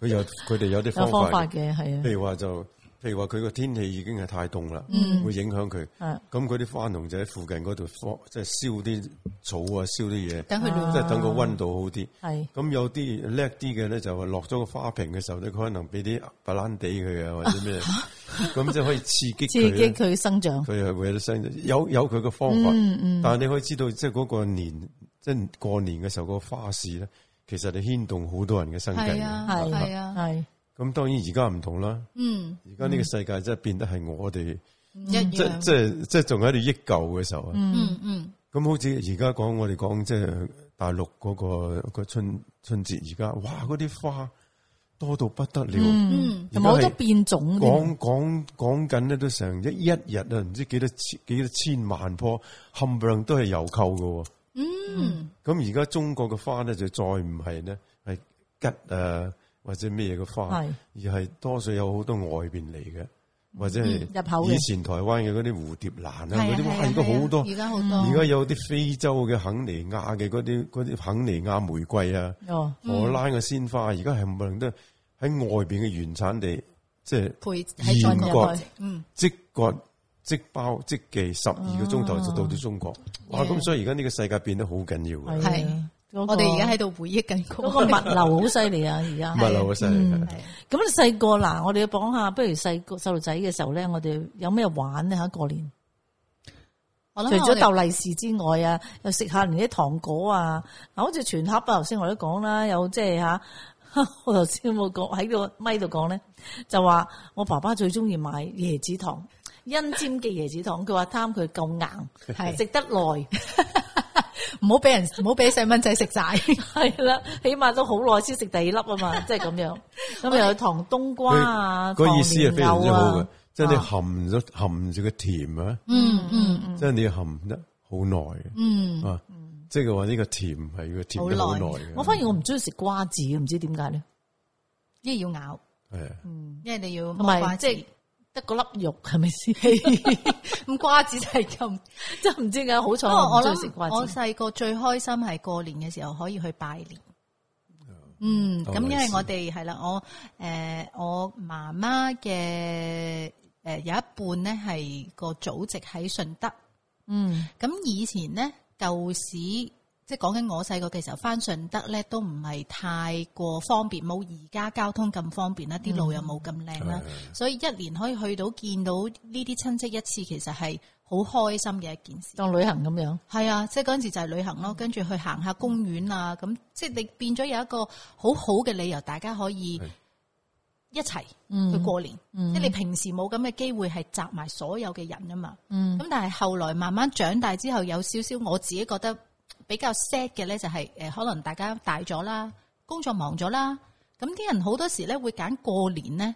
S3: 佢有佢哋有啲
S2: 有方
S3: 方
S2: 法
S3: 法嘅，
S2: 嘅，係啊
S3: 譬如話就譬如話佢個天氣已經係太凍啦，會影響佢。
S2: 嗯啊，
S3: 咁嗰啲花農就喺附近嗰度放，即係燒啲草啊，燒啲嘢，
S1: 等佢
S2: 啊
S1: 暖
S3: 即係等個温度好
S2: 係
S3: 啲。
S2: 係
S3: 咁有啲叻啲嘅咧，就話落咗個花瓶嘅時候咧，佢可能俾啲白蘭地佢啊，或者咩，咁即係可以刺激
S2: 刺激
S3: 佢咧
S2: 佢生長。
S3: 佢係會有得生，有有佢嘅方法。但係你可以知道，即係嗰個年，即係過年嘅時候，個花市咧，其實你牽動好多人嘅生計
S1: 係
S3: 嘅。
S1: 啊
S2: 係
S1: 係啊
S2: 係
S3: 咁當然而家唔同啦，
S1: 嗯，
S3: 而家呢個世界真係變得係我哋，
S1: 一樣，
S3: 即即係即係仲喺度益舊嘅時候啊。
S1: 嗯嗯
S3: 咁好似而家講我哋講即係大陸嗰、個個春春節，而家哇嗰啲花多到不得了，
S1: 嗯，
S2: 同埋好多變種添。
S3: 講講講緊咧都成一一日啊，唔知幾多千幾多千萬棵，冚唪唥都係郵購嘅喎。
S1: 嗯
S3: 咁而家中國嘅花咧就再唔係咧係吉啊或者咩嘅花，
S2: 係
S3: 而係多數有好多外邊嚟嘅，或者係
S2: 嗯入口嘅
S3: 以前台灣嘅嗰啲蝴蝶蘭啊
S1: 係啊
S3: 嗰啲，哇
S1: 係啊
S3: 而家好多
S1: 係啊。而家好多，
S3: 而家有啲非洲嘅肯尼亞嘅嗰啲嗰啲肯尼亞玫瑰啊，
S2: 哦，
S3: 荷蘭嘅鮮花，而家係唔能得喺外邊嘅原產地，即係
S1: 配喺中
S3: 現
S1: 國
S3: 割，
S1: 嗯
S3: 即割、即包、即寄，十二個鐘頭就到咗中國。哇！咁所以而家呢個世界變得好緊要嘅。
S2: 係啊嗰個
S1: 我哋而家喺度回憶緊嗰
S2: 嗰個物流 好犀利啊！而家
S3: 物流好犀利
S2: 嗯
S3: 係
S2: 咁你細個嗱，我哋要講下，不如細個細路仔嘅時候咧，我哋有咩玩咧？吓過年，
S1: 我
S2: 除
S1: 諗
S2: 咗
S1: 我
S2: 鬥
S1: 哋
S2: 利是之外啊，又食下連啲糖果啊，嗱，好似全盒啊，頭先我都講啦，有即係吓， 我頭先有冇講喺個咪度講咧，就話我爸爸最中意買椰子糖，恩尖嘅椰子糖，佢話貪佢夠硬，
S1: 係
S2: 食得耐。
S1: 唔好俾人唔好俾細蚊仔食晒。
S2: 系啦，起碼都好耐先食第二粒啊 嘛，即係咁樣。咁又有糖冬瓜啊，
S3: 嗰個意思係非常之
S2: 糖蓮
S3: 好
S2: 藕
S3: 嘅
S2: 啊，
S3: 即係你含咗含住個甜啊，
S1: 嗯嗯
S3: 即係你含得好耐嘅
S1: 嗯，
S3: 啊，即係話呢個甜係要甜得好耐嘅。
S2: 啊我反而我唔中意食瓜子，唔知點解咧，
S1: 因為要咬，
S3: 係啊
S1: 因為你要
S2: 同
S1: 剝
S2: 埋
S1: 瓜子
S2: 即係得個粒肉係咪 先？即
S1: 咁瓜子就係 咁。
S2: 係唔知點解，好彩
S1: 不過
S2: 我唔
S1: 我
S2: 中意食
S1: 諗
S2: 瓜
S1: 我
S2: 子。
S1: 細個最開心係過年嘅時候可以去拜年。嗯，咁因為我哋係啦，我诶、我媽媽嘅诶有一半咧係個祖籍喺順德。
S2: 嗯，
S1: 咁以前咧舊市，即係講緊我細個嘅時候，翻順德咧都唔係太過方便，冇而家交通咁方便啦，啲路又冇咁靚
S3: 啊
S1: 啦，所以一年可以去到見到呢啲親戚一次，其實係好開心嘅一件事。
S2: 當旅行咁樣。
S1: 係啊，即係嗰陣時就係旅行咯，跟住去行下公園啊，咁即係你變咗有一個好好嘅理由，大家可以
S3: 係
S1: 一齊
S2: 嗯
S1: 去過年。
S2: 嗯
S1: 即係你平時冇咁嘅機會係集埋所有嘅人啊嘛。
S2: 嗯
S1: 咁但係後來慢慢長大之後，有少少我自己覺得比較 sad 嘅咧，就係誒可能大家大咗啦，工作忙咗啦，咁啲人好多時咧會揀過年咧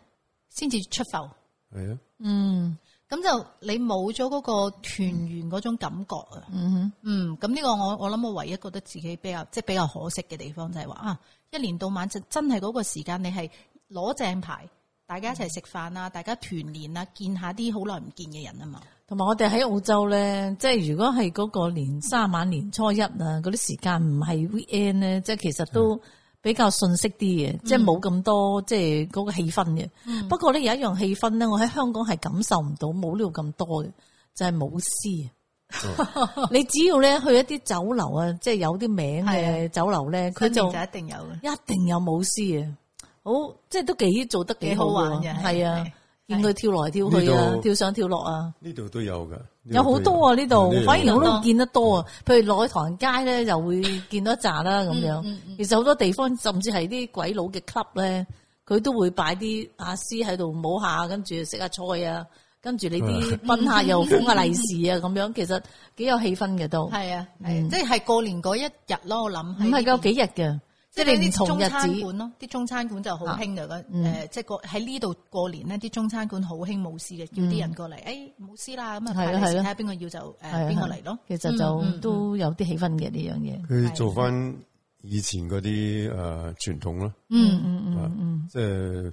S1: 先至出埠。
S3: 係啊，
S2: 嗯
S1: 咁就你冇咗嗰個團圓嗰種感覺啊，
S2: 嗯
S1: 嗯，咁呢個我我諗我唯一覺得自己比較即係比較可惜嘅地方就係話啊，一年到晚就真係嗰個時間你係攞正牌，大家一齊食飯
S2: 嗯
S1: 啊，大家團年啊，見下啲好耐唔見嘅人啊嘛，
S2: 同埋我哋喺澳洲咧，即係如果係嗰個年三晚年初一啊，嗰啲時間唔係 weekend 咧，即係其實
S1: 嗯
S2: 都比較遜息啲嘅，即係冇咁多即係嗰個氣氛嘅。
S1: 嗯
S2: 不過咧有一樣氣氛咧，我喺香港係感受唔到，冇呢度咁多嘅，就係舞獅啊。
S1: 哦
S2: 你只要咧去一啲酒樓啊，即係有啲名
S1: 係
S2: 嘅酒樓咧，佢
S1: 佢就
S2: 就
S1: 就一定有嘅，
S2: 一定有舞獅啊！好，即係都幾做得幾
S1: 幾好玩
S2: 嘅，
S1: 嘅
S2: 係啊
S1: 係，
S2: 見佢跳來跳去
S3: 呢
S2: 啊
S3: 度，
S2: 跳上跳落啊。
S3: 呢度都有噶，
S2: 有好多啊！呢度反而我
S1: 好
S2: 都見得多啊。譬如落去唐人街咧，就會見到一紮啦咁樣。其實好多地方，甚至係啲鬼佬嘅 club 咧，佢都會擺啲阿師喺度舞下，跟住食下菜啊，跟住你啲賓客又封下利是啊咁樣。其實幾有氣氛嘅都，唔
S1: 係啊，
S2: 嗯
S1: 係即係過年嗰一日咯，我諗
S2: 係夠
S1: 夠
S2: 幾日嘅，
S1: 即
S2: 即係
S1: 係
S2: 你唔
S1: 啲
S2: 同
S1: 中
S2: 日
S1: 餐
S2: 子。
S1: 館咯，啲中餐館就好興嘅嗰
S2: 嗯
S1: 誒，即係過喺呢度過年呢啲中餐館好興舞獅嘅，叫啲人過嚟，誒舞獅啦，咁啊
S2: 係啊
S1: 排利是
S2: 係啊
S1: 睇下邊個要就誒
S2: 係啊
S1: 邊個嚟咯。
S2: 其實
S1: 嗯
S2: 就
S1: 嗯
S2: 都有啲氣氛嘅呢樣嘢。
S3: 佢做翻以前嗰啲誒傳統咯，
S1: 嗯
S2: 嗯嗯嗯
S3: 即係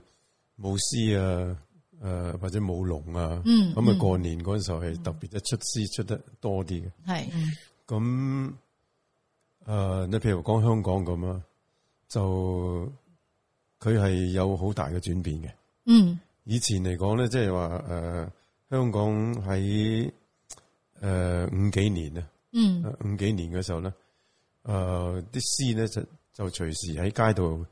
S3: 舞獅啊，誒或者舞龍啊，
S1: 嗯
S3: 咁啊過年嗰陣時候
S2: 嗯
S3: 係特別一出師出得多啲嘅。
S1: 係
S3: 咁誒、呃你譬如講香港咁啊，就佢係有好大嘅轉變嘅。
S1: 嗯
S3: 以前嚟講咧，即係話誒香港喺呃誒五幾年啊，
S1: 嗯
S3: 呃五幾年嘅時候咧，誒啲詩咧就就隨時喺街度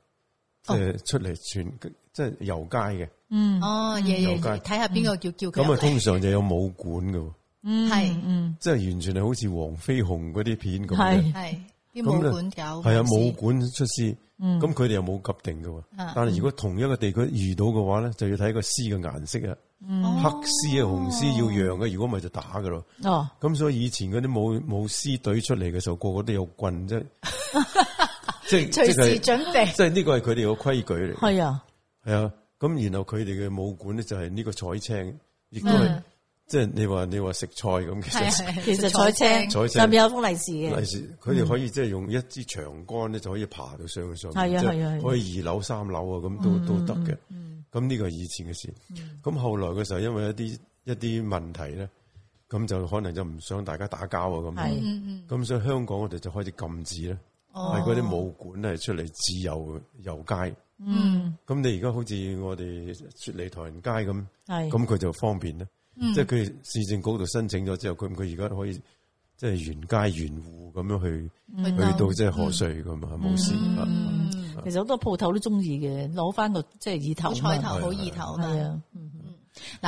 S3: 即係出嚟傳，即係遊街嘅。
S2: 嗯
S1: 哦，夜
S3: 有
S1: 夜
S3: 街
S1: 睇下邊個叫叫佢
S3: 咁
S1: 入
S3: 啊，
S1: 嚟。
S3: 通常就有武館嘅喎，
S2: 嗯，
S1: 係
S2: 嗯
S3: 即係完全係好似黃飛鴻嗰啲片咁嘅
S2: 係。
S1: 係啲
S3: 咁
S1: 武
S3: 咧
S1: 館搞
S3: 係啊，武
S1: 獅
S3: 館出師，咁佢哋又冇急定嘅喎。
S1: 嗯啊
S3: 但係如果同一個地區遇到嘅話咧，就要睇個獅嘅顏色啊，
S1: 哦
S3: 黑獅啊、紅獅要讓嘅，如果唔係就打嘅咯。
S2: 哦。
S3: 咁所以以前嗰啲武武獅隊出嚟嘅時候，個個都有 棍啫，即係即
S1: 隨時
S3: 係
S1: 準備。
S3: 即係呢個係佢哋嘅規矩嚟。
S2: 係啊，
S3: 係啊，咁然後佢哋嘅武館咧就係呢個彩青，亦都
S2: 嗯
S3: 係即係你話你話食菜咁，其
S1: 係
S3: 實
S1: 係
S2: 其實
S1: 彩
S2: 彩
S3: 彩
S2: 青
S3: 青
S2: 上面有封利是嘅
S3: 例。時佢哋可以即係用一支長杆咧就可以爬到上上面，
S2: 係啊
S3: 即
S2: 係啊係啊嗯
S3: 可以二樓三樓啊咁都都得嘅。咁呢個係以前嘅事。咁後來嘅時候，因為一啲一啲問題咧，咁就可能就唔想大家打交啊
S2: 係
S3: 咁。
S1: 嗯嗯，
S3: 咁所以香港我哋就開始禁止咧，
S1: 哦
S3: 係嗰啲武館咧出嚟自由遊街。
S2: 嗯，
S3: 咁你而家好似我哋雪梨唐人街咁，
S2: 係。
S1: 嗯
S3: 咁佢就方便啦。即係佢市政局度申請咗之後，佢佢而家可以即系沿街沿户咁樣去
S1: 去
S3: 去
S1: 兜
S3: 到即係河水咁啊，冇事啊。
S1: 嗯，
S2: 其實好多鋪頭都中意嘅，攞翻個即係
S1: 好
S2: 意頭
S1: 彩
S2: 啊
S1: 頭
S2: 嘛，
S1: 好意頭啊
S2: 係
S1: 嘛。
S2: 啊，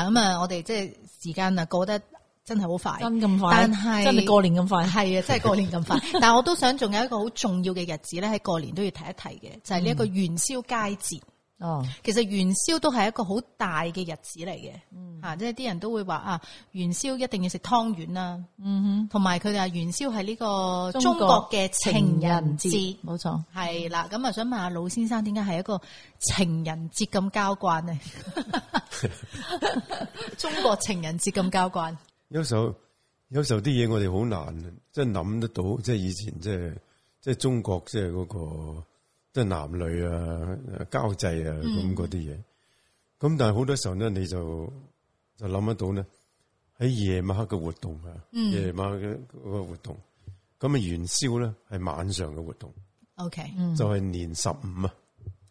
S1: 嗱咁啊，我哋即系時間啊過得真係好快，
S2: 真咁快，
S1: 但係
S2: 真係過年咁快，
S1: 係啊，真係過年咁快。 但系我都想仲有一個好重要嘅日子咧，喺過年都要提一提嘅，就係呢一個元宵佳節。
S2: 哦，
S1: 其實元宵都係一個好大嘅日子嚟嘅，
S2: 嗯
S1: 吓、即係啲人都會話啊，元宵一定要食湯圓啦，
S2: 嗯
S1: 同埋佢哋話元宵係呢個
S2: 中
S1: 中
S2: 國
S1: 國嘅
S2: 哼，
S1: 情人節。
S2: 冇錯，
S1: 係啦，咁啊，想問下老先生，點解係一個情人節咁交關 呢？ 中國情人節咁交關，
S3: 有時候有時候啲嘢我哋好難即係諗得到，即係以前即係即係中國即係嗰個即係男女啊呃交際啊咁嗰啲嘢。咁但係好多時候咧，你就就諗得到咧喺夜晚黑嘅活動啊，夜晚黑嘅嗰個活動。咁啊元宵咧係晚上嘅活動，
S1: OK，
S3: 就係年十五啊，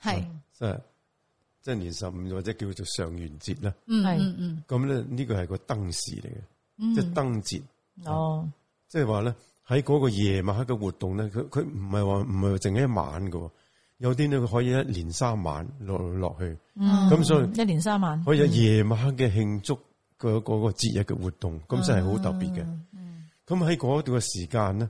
S1: 係，
S3: 即係即係年十五或者叫做上元節啦。
S1: 嗯
S2: 係
S1: 嗯嗯，
S3: 咁咧呢個係個燈市嚟嘅，即係燈節。
S2: 哦，
S3: 即係話咧喺嗰個夜晚黑嘅活動咧，佢佢唔係話唔係話淨係一晚嘅喎，有啲咧佢可以一連三晚落落去，
S1: 嗯
S3: 咁、所以
S2: 一年三晚，
S3: 可以有夜晚黑嘅慶祝嘅嗰個節日嘅活動，咁真係好特別嘅。
S1: 嗯
S3: 咁喺嗰段嘅時間咧，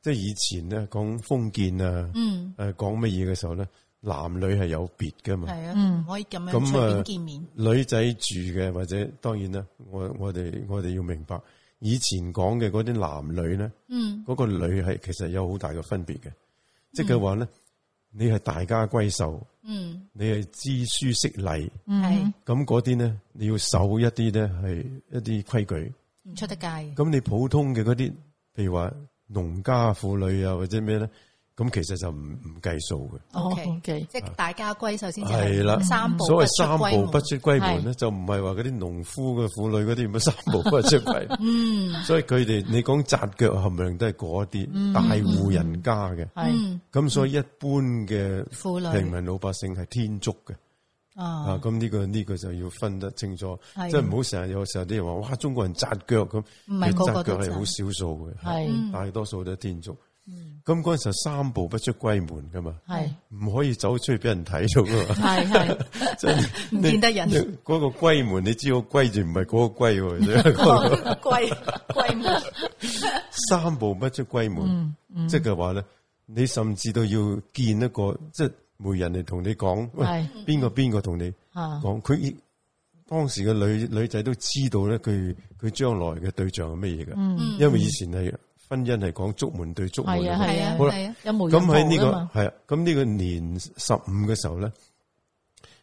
S3: 即係以前咧講封建啊，
S1: 嗯，
S3: 誒講乜嘢嘅時候咧，男女係有別嘅嘛。
S1: 係啊，唔可以咁樣
S3: 咁
S1: 隨便
S3: 啊
S1: 見面，
S3: 女仔住嘅，或者當然啦，我我哋我哋要明白，以前講嘅嗰啲男女咧，
S1: 嗯，
S3: 嗰個女係其實有好大嘅分別嘅，即係話咧，你係大家閨秀，
S1: 嗯，
S3: 你係知書識禮，
S1: 係
S3: 咁嗰啲咧你要守一啲咧係一啲規矩。
S1: 唔出得街嘅，
S3: 咁你普通嘅嗰啲，譬如話農家婦女啊或者咩咧，咁其實就唔唔計數嘅。
S2: 哦
S1: OK
S2: ，OK，
S1: 即係大家閨首先至
S3: 係啦
S1: 三步
S3: 所
S1: 不
S3: 謂
S1: 出
S3: 三
S1: 閨
S3: 步
S1: 門
S3: 不出閨門咧，就唔係話嗰啲農夫嘅婦女嗰啲咁嘅三步不出閨。嗯，所以佢哋你講紮腳冚唪唥都係嗰啲大戶人家嘅。
S2: 係，
S1: 嗯
S3: 咁所以一般嘅
S1: 婦女
S3: 平民老百姓係天竺嘅，啊
S1: 啊，
S3: 咁呢個呢個就要分得清楚，
S1: 係
S3: 即係唔好成日有時候啲人話哇中國人紮腳咁，
S1: 唔係
S3: 其
S1: 個個
S3: 實紮
S1: 都
S3: 腳係
S1: 紮嗯
S3: 好少數嘅，
S2: 係
S3: 係大多數都係天竺。咁嗰陣時候三步不出閨門噶嘛，
S2: 係，
S3: 唔可以走出去俾人睇到噶嘛，
S2: 係，係，
S3: 即係
S1: 唔見得人
S3: 你嗰個閨門，你知我閨字唔係嗰個閨喎即係嗰個，
S1: 閨閨門，
S3: 三步不出閨門，即係話咧，你甚至都要見一個，即係媒人嚟同你講， 喂
S2: 係，
S3: 邊個邊個同你
S2: 啊，
S3: 講，佢當時嘅女女仔都知道咧，佢佢將來嘅對象係乜嘢嘅，
S2: 嗯，
S3: 因為以前係婚姻係講竹門對竹門
S2: 係
S3: 㗎
S2: 啊，
S3: 嘛，
S2: 係
S1: 係啊
S2: 啊，
S3: 好啦
S1: 係啊，
S2: 有媒
S3: 咁
S2: 人婆㗎
S3: 喺
S2: 嘛
S3: 呢個係啊，咁呢個年十五嘅時候咧，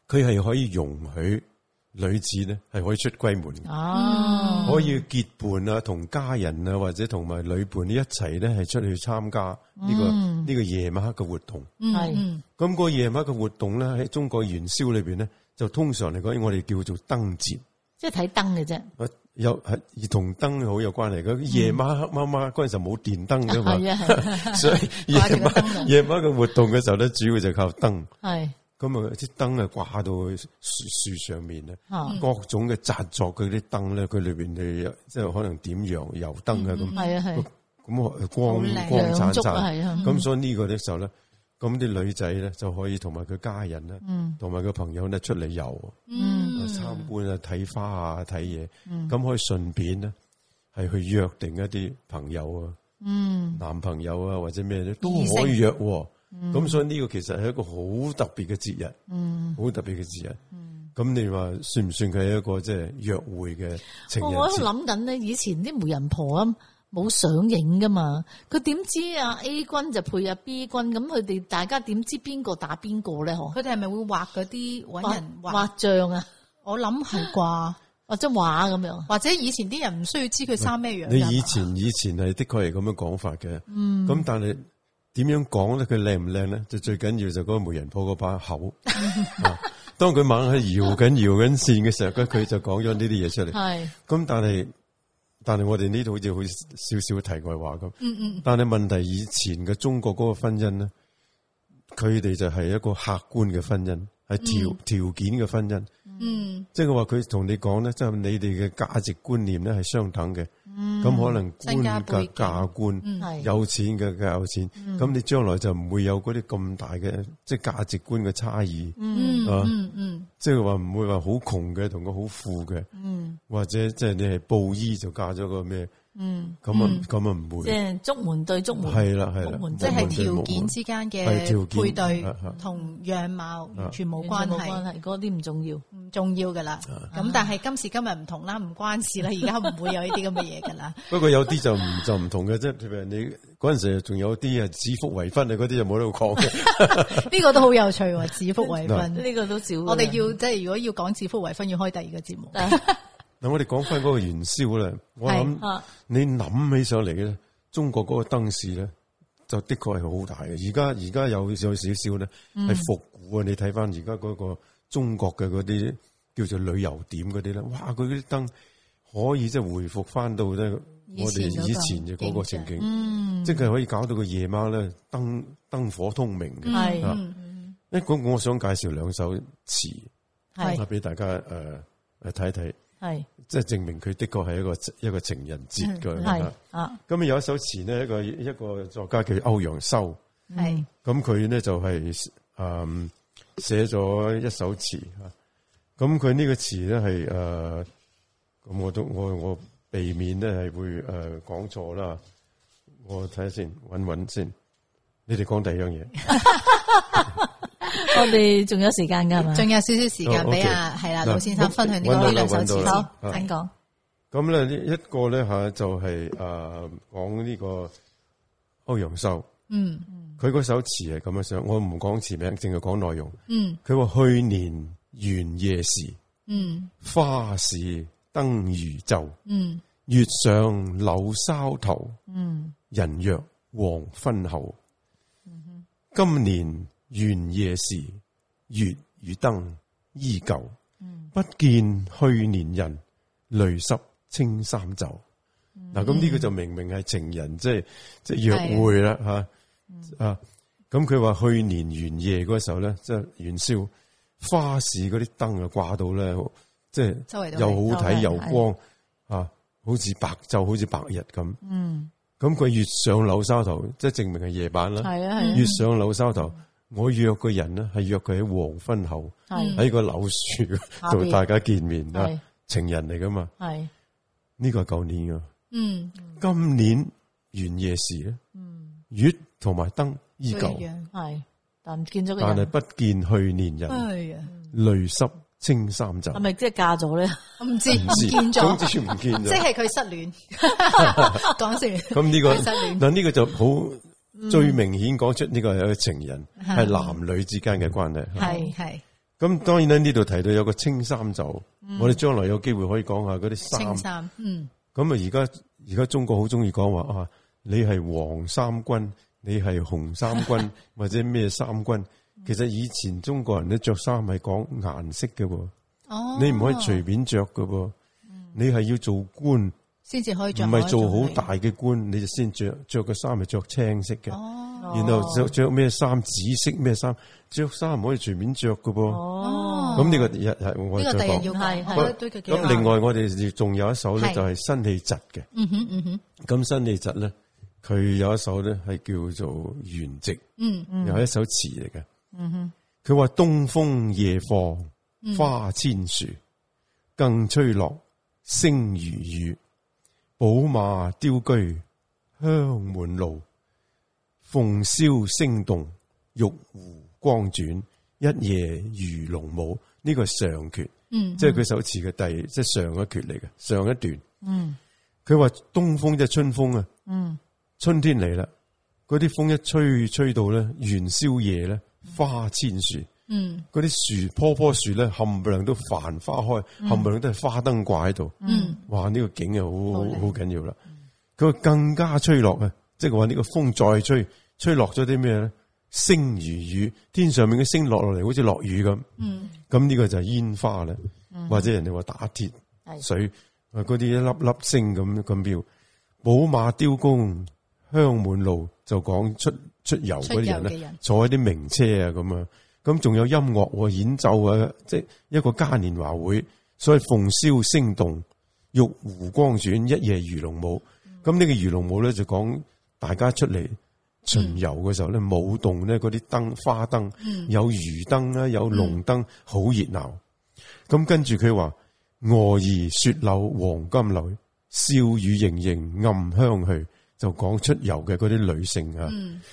S3: 佢係可以容許女子咧係可以出閨門嘅。
S2: 啊，
S3: 可以結伴啊，同家人啊，或者同埋女伴一齊咧，係出去參加呢、個呢、個夜晚黑嘅活動。
S1: 係
S2: 係
S1: 嗯
S3: 咁、個夜晚黑嘅活動咧，喺中國元宵裏邊咧，就通常嚟講，我哋叫做燈節。
S2: 即係睇燈嘅啫，
S3: 啊有係而同燈好有關係嘅，夜晚黑媽媽嗰陣時候冇電燈噶嘛，
S2: 係啊，係啊，
S3: 所以夜
S1: 掛住個燈籠
S3: 晚夜晚嘅活動嘅時候咧，主要就靠燈。
S2: 係，
S3: 咁啊，啲燈啊掛到樹樹上面咧，
S2: 啊，
S3: 各種嘅紮作佢啲燈咧，佢裏邊佢即係可能點油油燈啊咁。
S2: 係啊，係。
S3: 咁呃
S1: 好
S3: 光
S1: 靚
S3: 光
S2: 洋
S3: 燦
S2: 燭啊係啊
S3: 燦，咁所以呢個嘅時候咧，咁啲女仔咧就可以同埋佢家人咧，同埋佢朋友咧出嚟遊、
S1: 嗯
S3: 參觀啊、睇花啊、睇嘢，咁可以順便咧係去約定一啲朋友啊、
S2: 嗯，
S3: 男朋友啊或者咩咧都
S1: 異性
S3: 可以約喎。咁所以呢個其實係一個好特別嘅節日，好特別嘅節日。咁你話算唔算佢係一個即係約會嘅情人
S2: 哦我喺度
S3: 節？
S2: 諗緊咧，以前啲媒人婆啊冇相影噶嘛，佢點知啊 A 君就配啊 B 君，咁佢哋大家點知邊個打邊個咧？嗬，
S1: 佢哋係咪會畫嗰啲揾人畫？
S2: 畫像啊，
S1: 我諗係啩，
S2: 或者畫咁樣，
S1: 或者以前啲人唔需要知佢生咩樣㗎。
S3: 你以前以前係的確係咁樣講法嘅，
S1: 嗯
S3: 咁但係點樣講咧？佢靚唔靚咧？就最緊要就嗰個媒人婆嗰 把口。啊當佢猛喺搖緊搖緊線嘅時候，佢佢就講咗呢啲嘢出
S1: 啊
S3: 嚟。
S2: 係
S3: 咁但係但係我哋呢度好似好少少題外話咁。
S1: 嗯嗯
S3: 但係問題以前嘅中國嗰個婚姻咧，佢哋就係一個客觀嘅婚姻，係條條件嘅婚姻。
S1: 嗯
S3: 即係話佢同你講咧，即係你哋嘅價值觀念咧係相等嘅，咁可能
S1: 身家
S3: 官
S1: 嗯背
S3: 嘅
S1: 景嗯
S3: 價官，
S2: 係
S3: 有錢嘅嘅有錢，咁你將來就唔會有嗰啲咁大嘅即係價值觀嘅差異，
S1: 嗯
S3: 啊
S1: 嗯嗯，
S3: 即係話唔會話好窮嘅同個好富嘅，
S1: 嗯
S3: 或者即係你係布衣就嫁咗個咩，
S1: 嗯
S3: 咁啊咁啊唔
S2: 即
S3: 會，
S2: 係竹門對竹門，
S3: 係啦係啦
S2: 木門，
S1: 即
S2: 真
S1: 係
S3: 木門對木
S1: 條
S3: 門
S1: 件之間嘅
S3: 係條件
S1: 配對
S3: 啊啊
S1: 同樣貌完全冇關
S2: 完全冇
S1: 係，嗯
S2: 關係，嗰啲唔重要。
S1: 唔重要噶啦。
S3: 啊
S1: 咁但係今時今日唔同啦，唔關事啦，而家唔會有呢啲咁嘅嘢噶 啦。
S3: 不過有啲就唔就唔同嘅啫，譬如你嗰陣時仲有啲係指腹為婚啊，嗰啲就冇得講嘅，
S1: 呢個都好有趣喎，指腹為婚。
S2: 呢個都少㗎啦。
S1: 我哋要即係如果要講指腹為婚，要開第二個節目。
S3: 嗱我哋講翻嗰個元宵啦，我諗。
S2: 啊，
S3: 你諗起上嚟咧，中國嗰個燈市咧，就的確係好大嘅。而家而家有有少少咧，
S1: 嗯
S3: 係復古啊！你睇翻而家嗰個中國嘅嗰啲叫做旅遊點嗰啲咧，哇！佢嗰啲燈可以即係回復翻到咧
S1: 以前
S3: 我哋
S1: 嗰個嗯
S3: 以前嘅嗰個情景，即係可以搞到個夜晚咧燈燈火通明
S1: 嗯
S3: 嘅。
S2: 係
S3: 啊誒，咁我想介紹兩首詞
S2: 係
S3: 啊，俾大家誒誒睇一睇，
S2: 係
S3: 即係證明佢的確係一個一個情人節嘅。
S2: 係啊，
S3: 咁有一首詞呢，一個一個作家叫歐陽修，
S2: 嗯
S1: 係
S3: 咁佢呢就係、誒、嗯、寫咗一首詞啊。咁佢呢個詞呢係誒，呃咁、我都我我避免呢係會誒、講錯啦。我睇下先，揾揾先。你哋講第二樣嘢，
S2: 我哋仲有時間㗎係嘛？
S1: 仲有少少時間俾
S3: 哦
S1: 阿
S3: ，OK
S1: 係啦，
S3: 嗱
S1: 老先生分享呢個
S3: 搵到
S1: 呢
S3: 啦
S1: 兩首詞先
S3: 搵到啦。
S2: 好，請講。
S3: 咁咧呢一個咧吓就係、誒、講呢個歐陽修，
S1: 嗯
S3: 佢嗰首詞係咁樣寫，我唔講詞名，淨係講內容。
S1: 嗯
S3: 佢話去年元夜時。
S1: 嗯
S3: 花市燈如晝，
S1: 嗯
S3: 月上柳梢頭。
S2: 嗯
S3: 人若黃昏後，今年元夜時，月與燈依舊。不見去年人，淚濕青衫袖。嗱，咁呢個就明明係情人，即係即係約會啦吓啊！咁佢話去年元夜嗰時候咧，即係元宵花市嗰啲燈啊掛到咧，即
S1: 周圍
S3: 係
S1: 都係
S3: 又好睇
S2: 周
S3: 又
S2: 圍係
S3: 光啊，好似白晝好似白日咁。
S2: 嗯，
S3: 咁佢月上柳梢頭，即係證明係夜晚啦。
S2: 係啊係啊
S3: 月上柳梢頭，我約個人呢，係約佢喺黃昏後
S2: 係
S3: 喺個柳樹
S2: 下
S3: 度
S2: 邊
S3: 大家見面啦
S2: 係，
S3: 情人嚟噶嘛？
S2: 係
S3: 呢個係舊年噶，
S1: 嗯，
S3: 今年元夜時咧，月同埋燈依
S1: 都一
S3: 舊，
S1: 樣。
S2: 係，但唔見咗個
S3: 但係
S2: 人，
S3: 不見去年人，
S1: 哎呀，
S3: 淚濕青衫袖
S2: 係。咪即係嫁咗咧？
S1: 我唔知
S3: 唔
S1: 唔
S3: 知
S1: 見咗。
S3: 總之唔見
S1: 即
S3: 咗。
S1: 係佢失 戀，講笑。
S3: 咁呢個
S1: 失戀
S3: 嗱呢個就好最明顯講出呢個係一個情人，係
S1: 嗯
S3: 男女之間嘅關係。
S1: 係係
S3: 咁當然啦，呢度提到有個青衫袖，我哋將來有機會可以講下嗰啲
S1: 嗯青
S3: 衫。
S1: 衫，嗯
S3: 咁啊，而家而家中國好中意講話啊，你係黃衫軍，你係紅衫 軍，或者咩衫軍。其實以前中國人咧着衫係講顏色嘅喎，
S1: 哦，
S3: 你唔可以隨便着嘅喎，你係要做官，唔
S1: 先至可以着，
S3: 係做好大嘅官，你就先着着個衫係着青色嘅，
S1: 哦
S3: 然後着着咩衫紫色咩衫，着衫唔可以隨便着嘅噃。
S2: 哦，
S3: 咁呢個日日我
S1: 呢
S3: 哋
S1: 個
S3: 再
S1: 第日
S3: 講。
S1: 要
S2: 係係
S1: 講，我覺得都幾好
S3: 咁另，外我哋要仲有一首咧
S1: 係
S3: 就係辛棄疾嘅，
S1: 嗯哼嗯哼，
S3: 咁辛棄疾咧佢有一首咧係叫做《原籍》，
S1: 嗯
S3: 又係一首詞嚟嘅。佢話東風夜放花千樹，更吹落星如雨。寶馬雕車香滿路，鳳簫聲動，玉壺光轉，一夜魚龍舞。呢個係上闕。
S1: 嗯
S3: 即係佢首詞嘅第即係上一闕嚟嘅上一段。嗯，佢話東風即係春風啊。嗯，春天嚟啦，嗰啲風一吹吹到咧，元宵夜咧，花千樹，
S1: 嗯
S3: 嗰啲樹棵棵樹咧冚唪唥都繁花開，冚唪唥都係花燈掛喺度。
S1: 嗯，
S3: 哇！呢、個景啊，好好
S1: 好靚嗯
S3: 好緊要啦。佢話更加吹落啊，即係話呢個風再吹，吹落咗啲咩咧？星如雨，天上面嘅星落落嚟，好似落雨咁。
S1: 嗯
S3: 咁呢個就係煙花啦，或者人哋話打鐵
S2: 係
S3: 水，啊嗰啲一粒粒星咁咁飆。寶馬雕弓香滿路，就講出出遊嗰啲人
S1: 出遊嘅
S3: 咧
S1: 人，
S3: 坐喺啲名車啊咁啊，咁仲有音樂喎演奏啊，即係一個嘉年華會，所以鳳簫聲動，玉湖光傳》一夜魚龍舞。
S1: 嗯
S3: 咁呢個魚龍舞咧就講大家出嚟巡遊嘅時候咧，舞動咧嗰啲燈花燈，有魚燈啦，有龍燈，好熱鬧。咁跟住佢話：蛾兒雪柳黃金縷，笑語盈盈暗香去。就講出遊嘅嗰啲女性啊，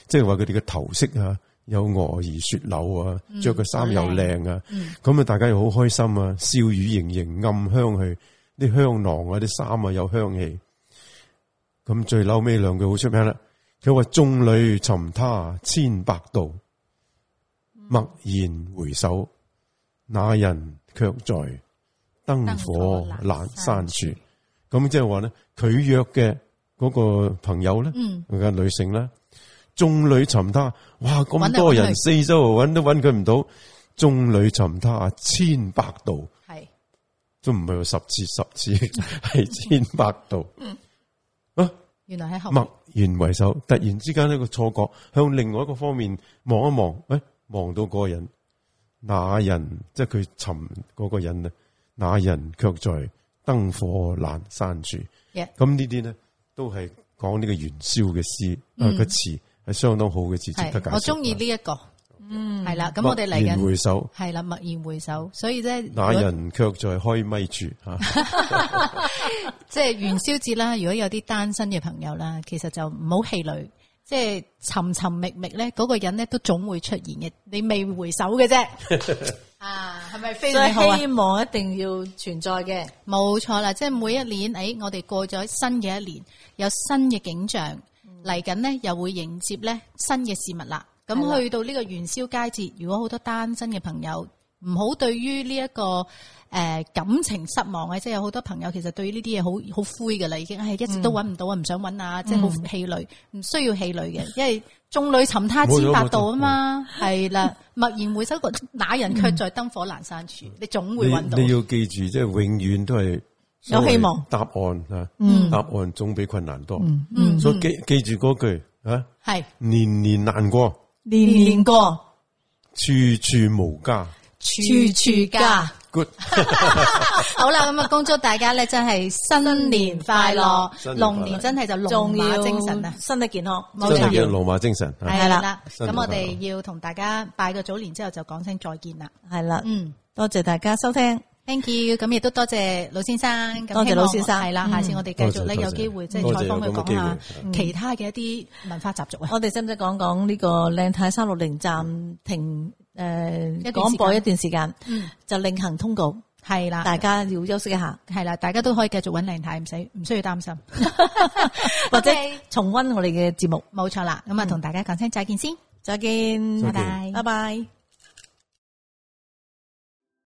S3: 即係話佢哋嘅頭飾啊，有蛾兒雪柳啊，着嘅衫又靚啊，咁啊大家又好開心啊，笑語盈盈暗香去，啲香囊啊，啲衫啊有香氣。咁最嬲尾兩句好出名啦，佢話眾裏尋他千百度，驀然回首，那人卻在燈火闌珊處。咁即係話咧，佢約嘅。嗰個朋友咧，
S1: 嗯
S3: 佢嘅女性啦，眾裏尋他，哇
S1: 搵
S3: 咁
S1: 嚟
S3: 多
S1: 搵去
S3: 人四周圍揾都揾佢唔到，眾裏尋他千百度，
S1: 係
S3: 都唔係話十次十次，係千百度。啊，
S1: 原來喺後面
S3: 默然回首，突然之間呢個錯覺向另外一個方面望一望，喂、望到嗰個人，那人即係佢尋嗰個人啊，那人卻在燈火闌珊處。
S1: 嘅
S3: 咁呢啲咧都係講呢個元宵嘅詩啊個詞係相當好嘅詞，值得解
S1: 嗯係
S3: 釋。
S1: 我中意呢一個，嗯，係啦，咁我哋嚟
S3: 默然
S1: 緊
S3: 回首，
S1: 係啦，默然回首，所以咧，
S3: 那
S1: 如果
S3: 人卻在開咪處吓，
S1: 即係元宵節啦，如果有啲單身嘅朋友啦，其實就唔好氣餒，即係尋尋覓覓咧，嗰、個人咧都總會出現嘅，你未回首 嘅啫。啊，係咪非
S2: 所
S1: 常
S2: 以
S1: 好啊
S2: 希？望一定要存在嘅。
S1: 冇錯啦，即係每一年，诶、我哋過咗新嘅一年，有新嘅景象嚟緊呢，又會迎接咧新嘅事物啦。
S2: 係啦
S1: 咁去到呢個元宵佳節，如果好多單身嘅朋友唔好對於呢一個诶、呃感情失望啊嘅，即係有好多朋友其實對於呢啲嘢好好灰噶啦，已經係一直都揾唔到啊，唔想揾啊，即係好氣餒，唔需要氣餒嘅，因為眾裏尋他千百度啊
S3: 嗯
S1: 嘛，係啦， 默然回首，那人卻在燈火闌珊處，你總 會揾到
S3: 你。你要記住，即係永遠都係
S2: 有希望
S3: 答案啊，答案總比困難多。
S1: 嗯
S3: 所以記記住嗰句啊，
S1: 係。
S3: 年年難過，
S2: 年年過，
S3: 處處無家。
S1: 處
S2: 處家。
S3: good
S1: 好啦，咁啊，恭祝大家咧，真係新年快樂，
S3: 新年快樂
S1: 龍年真係就龍
S2: 仲
S1: 馬
S2: 要
S1: 精神啊！
S2: 身體健康，
S1: 冇
S3: 真
S1: 錯
S3: 係嘅羅馬精神啊
S1: 係啦，
S3: 新
S1: 咁
S3: 年
S1: 我
S3: 快樂
S1: 哋要同大家拜個早年之後就講聲再見啦。
S2: 係啦，
S1: 嗯
S2: 多謝大家收聽，
S1: ，thank you，咁亦都多謝老先生，咁
S2: 多謝
S1: 希望
S2: 老先生嗯
S1: 係啦，下次我哋繼續咧
S3: 多謝多謝
S1: 有機會即係
S3: 多謝
S1: 採訪佢
S3: 有咁
S1: 講
S3: 嘅嗯
S1: 下其他嘅一啲文化習俗啊。
S2: 我哋使唔使講講呢個靚太三六零站 停诶
S1: 一段時間
S2: 廣呃播一段時間
S1: 嗯，
S2: 就另行通告，
S1: 係啦，
S2: 大家要休息一下，
S1: 係啦，大家都可以繼續揾靚太，唔使唔需要 擔心，
S2: 或者重温我哋嘅節目，嗯
S1: 冇錯啦。咁啊，同大家講聲再見先，
S2: 再見，
S3: 再
S1: 拜
S3: 見
S1: 拜
S2: 拜。拜。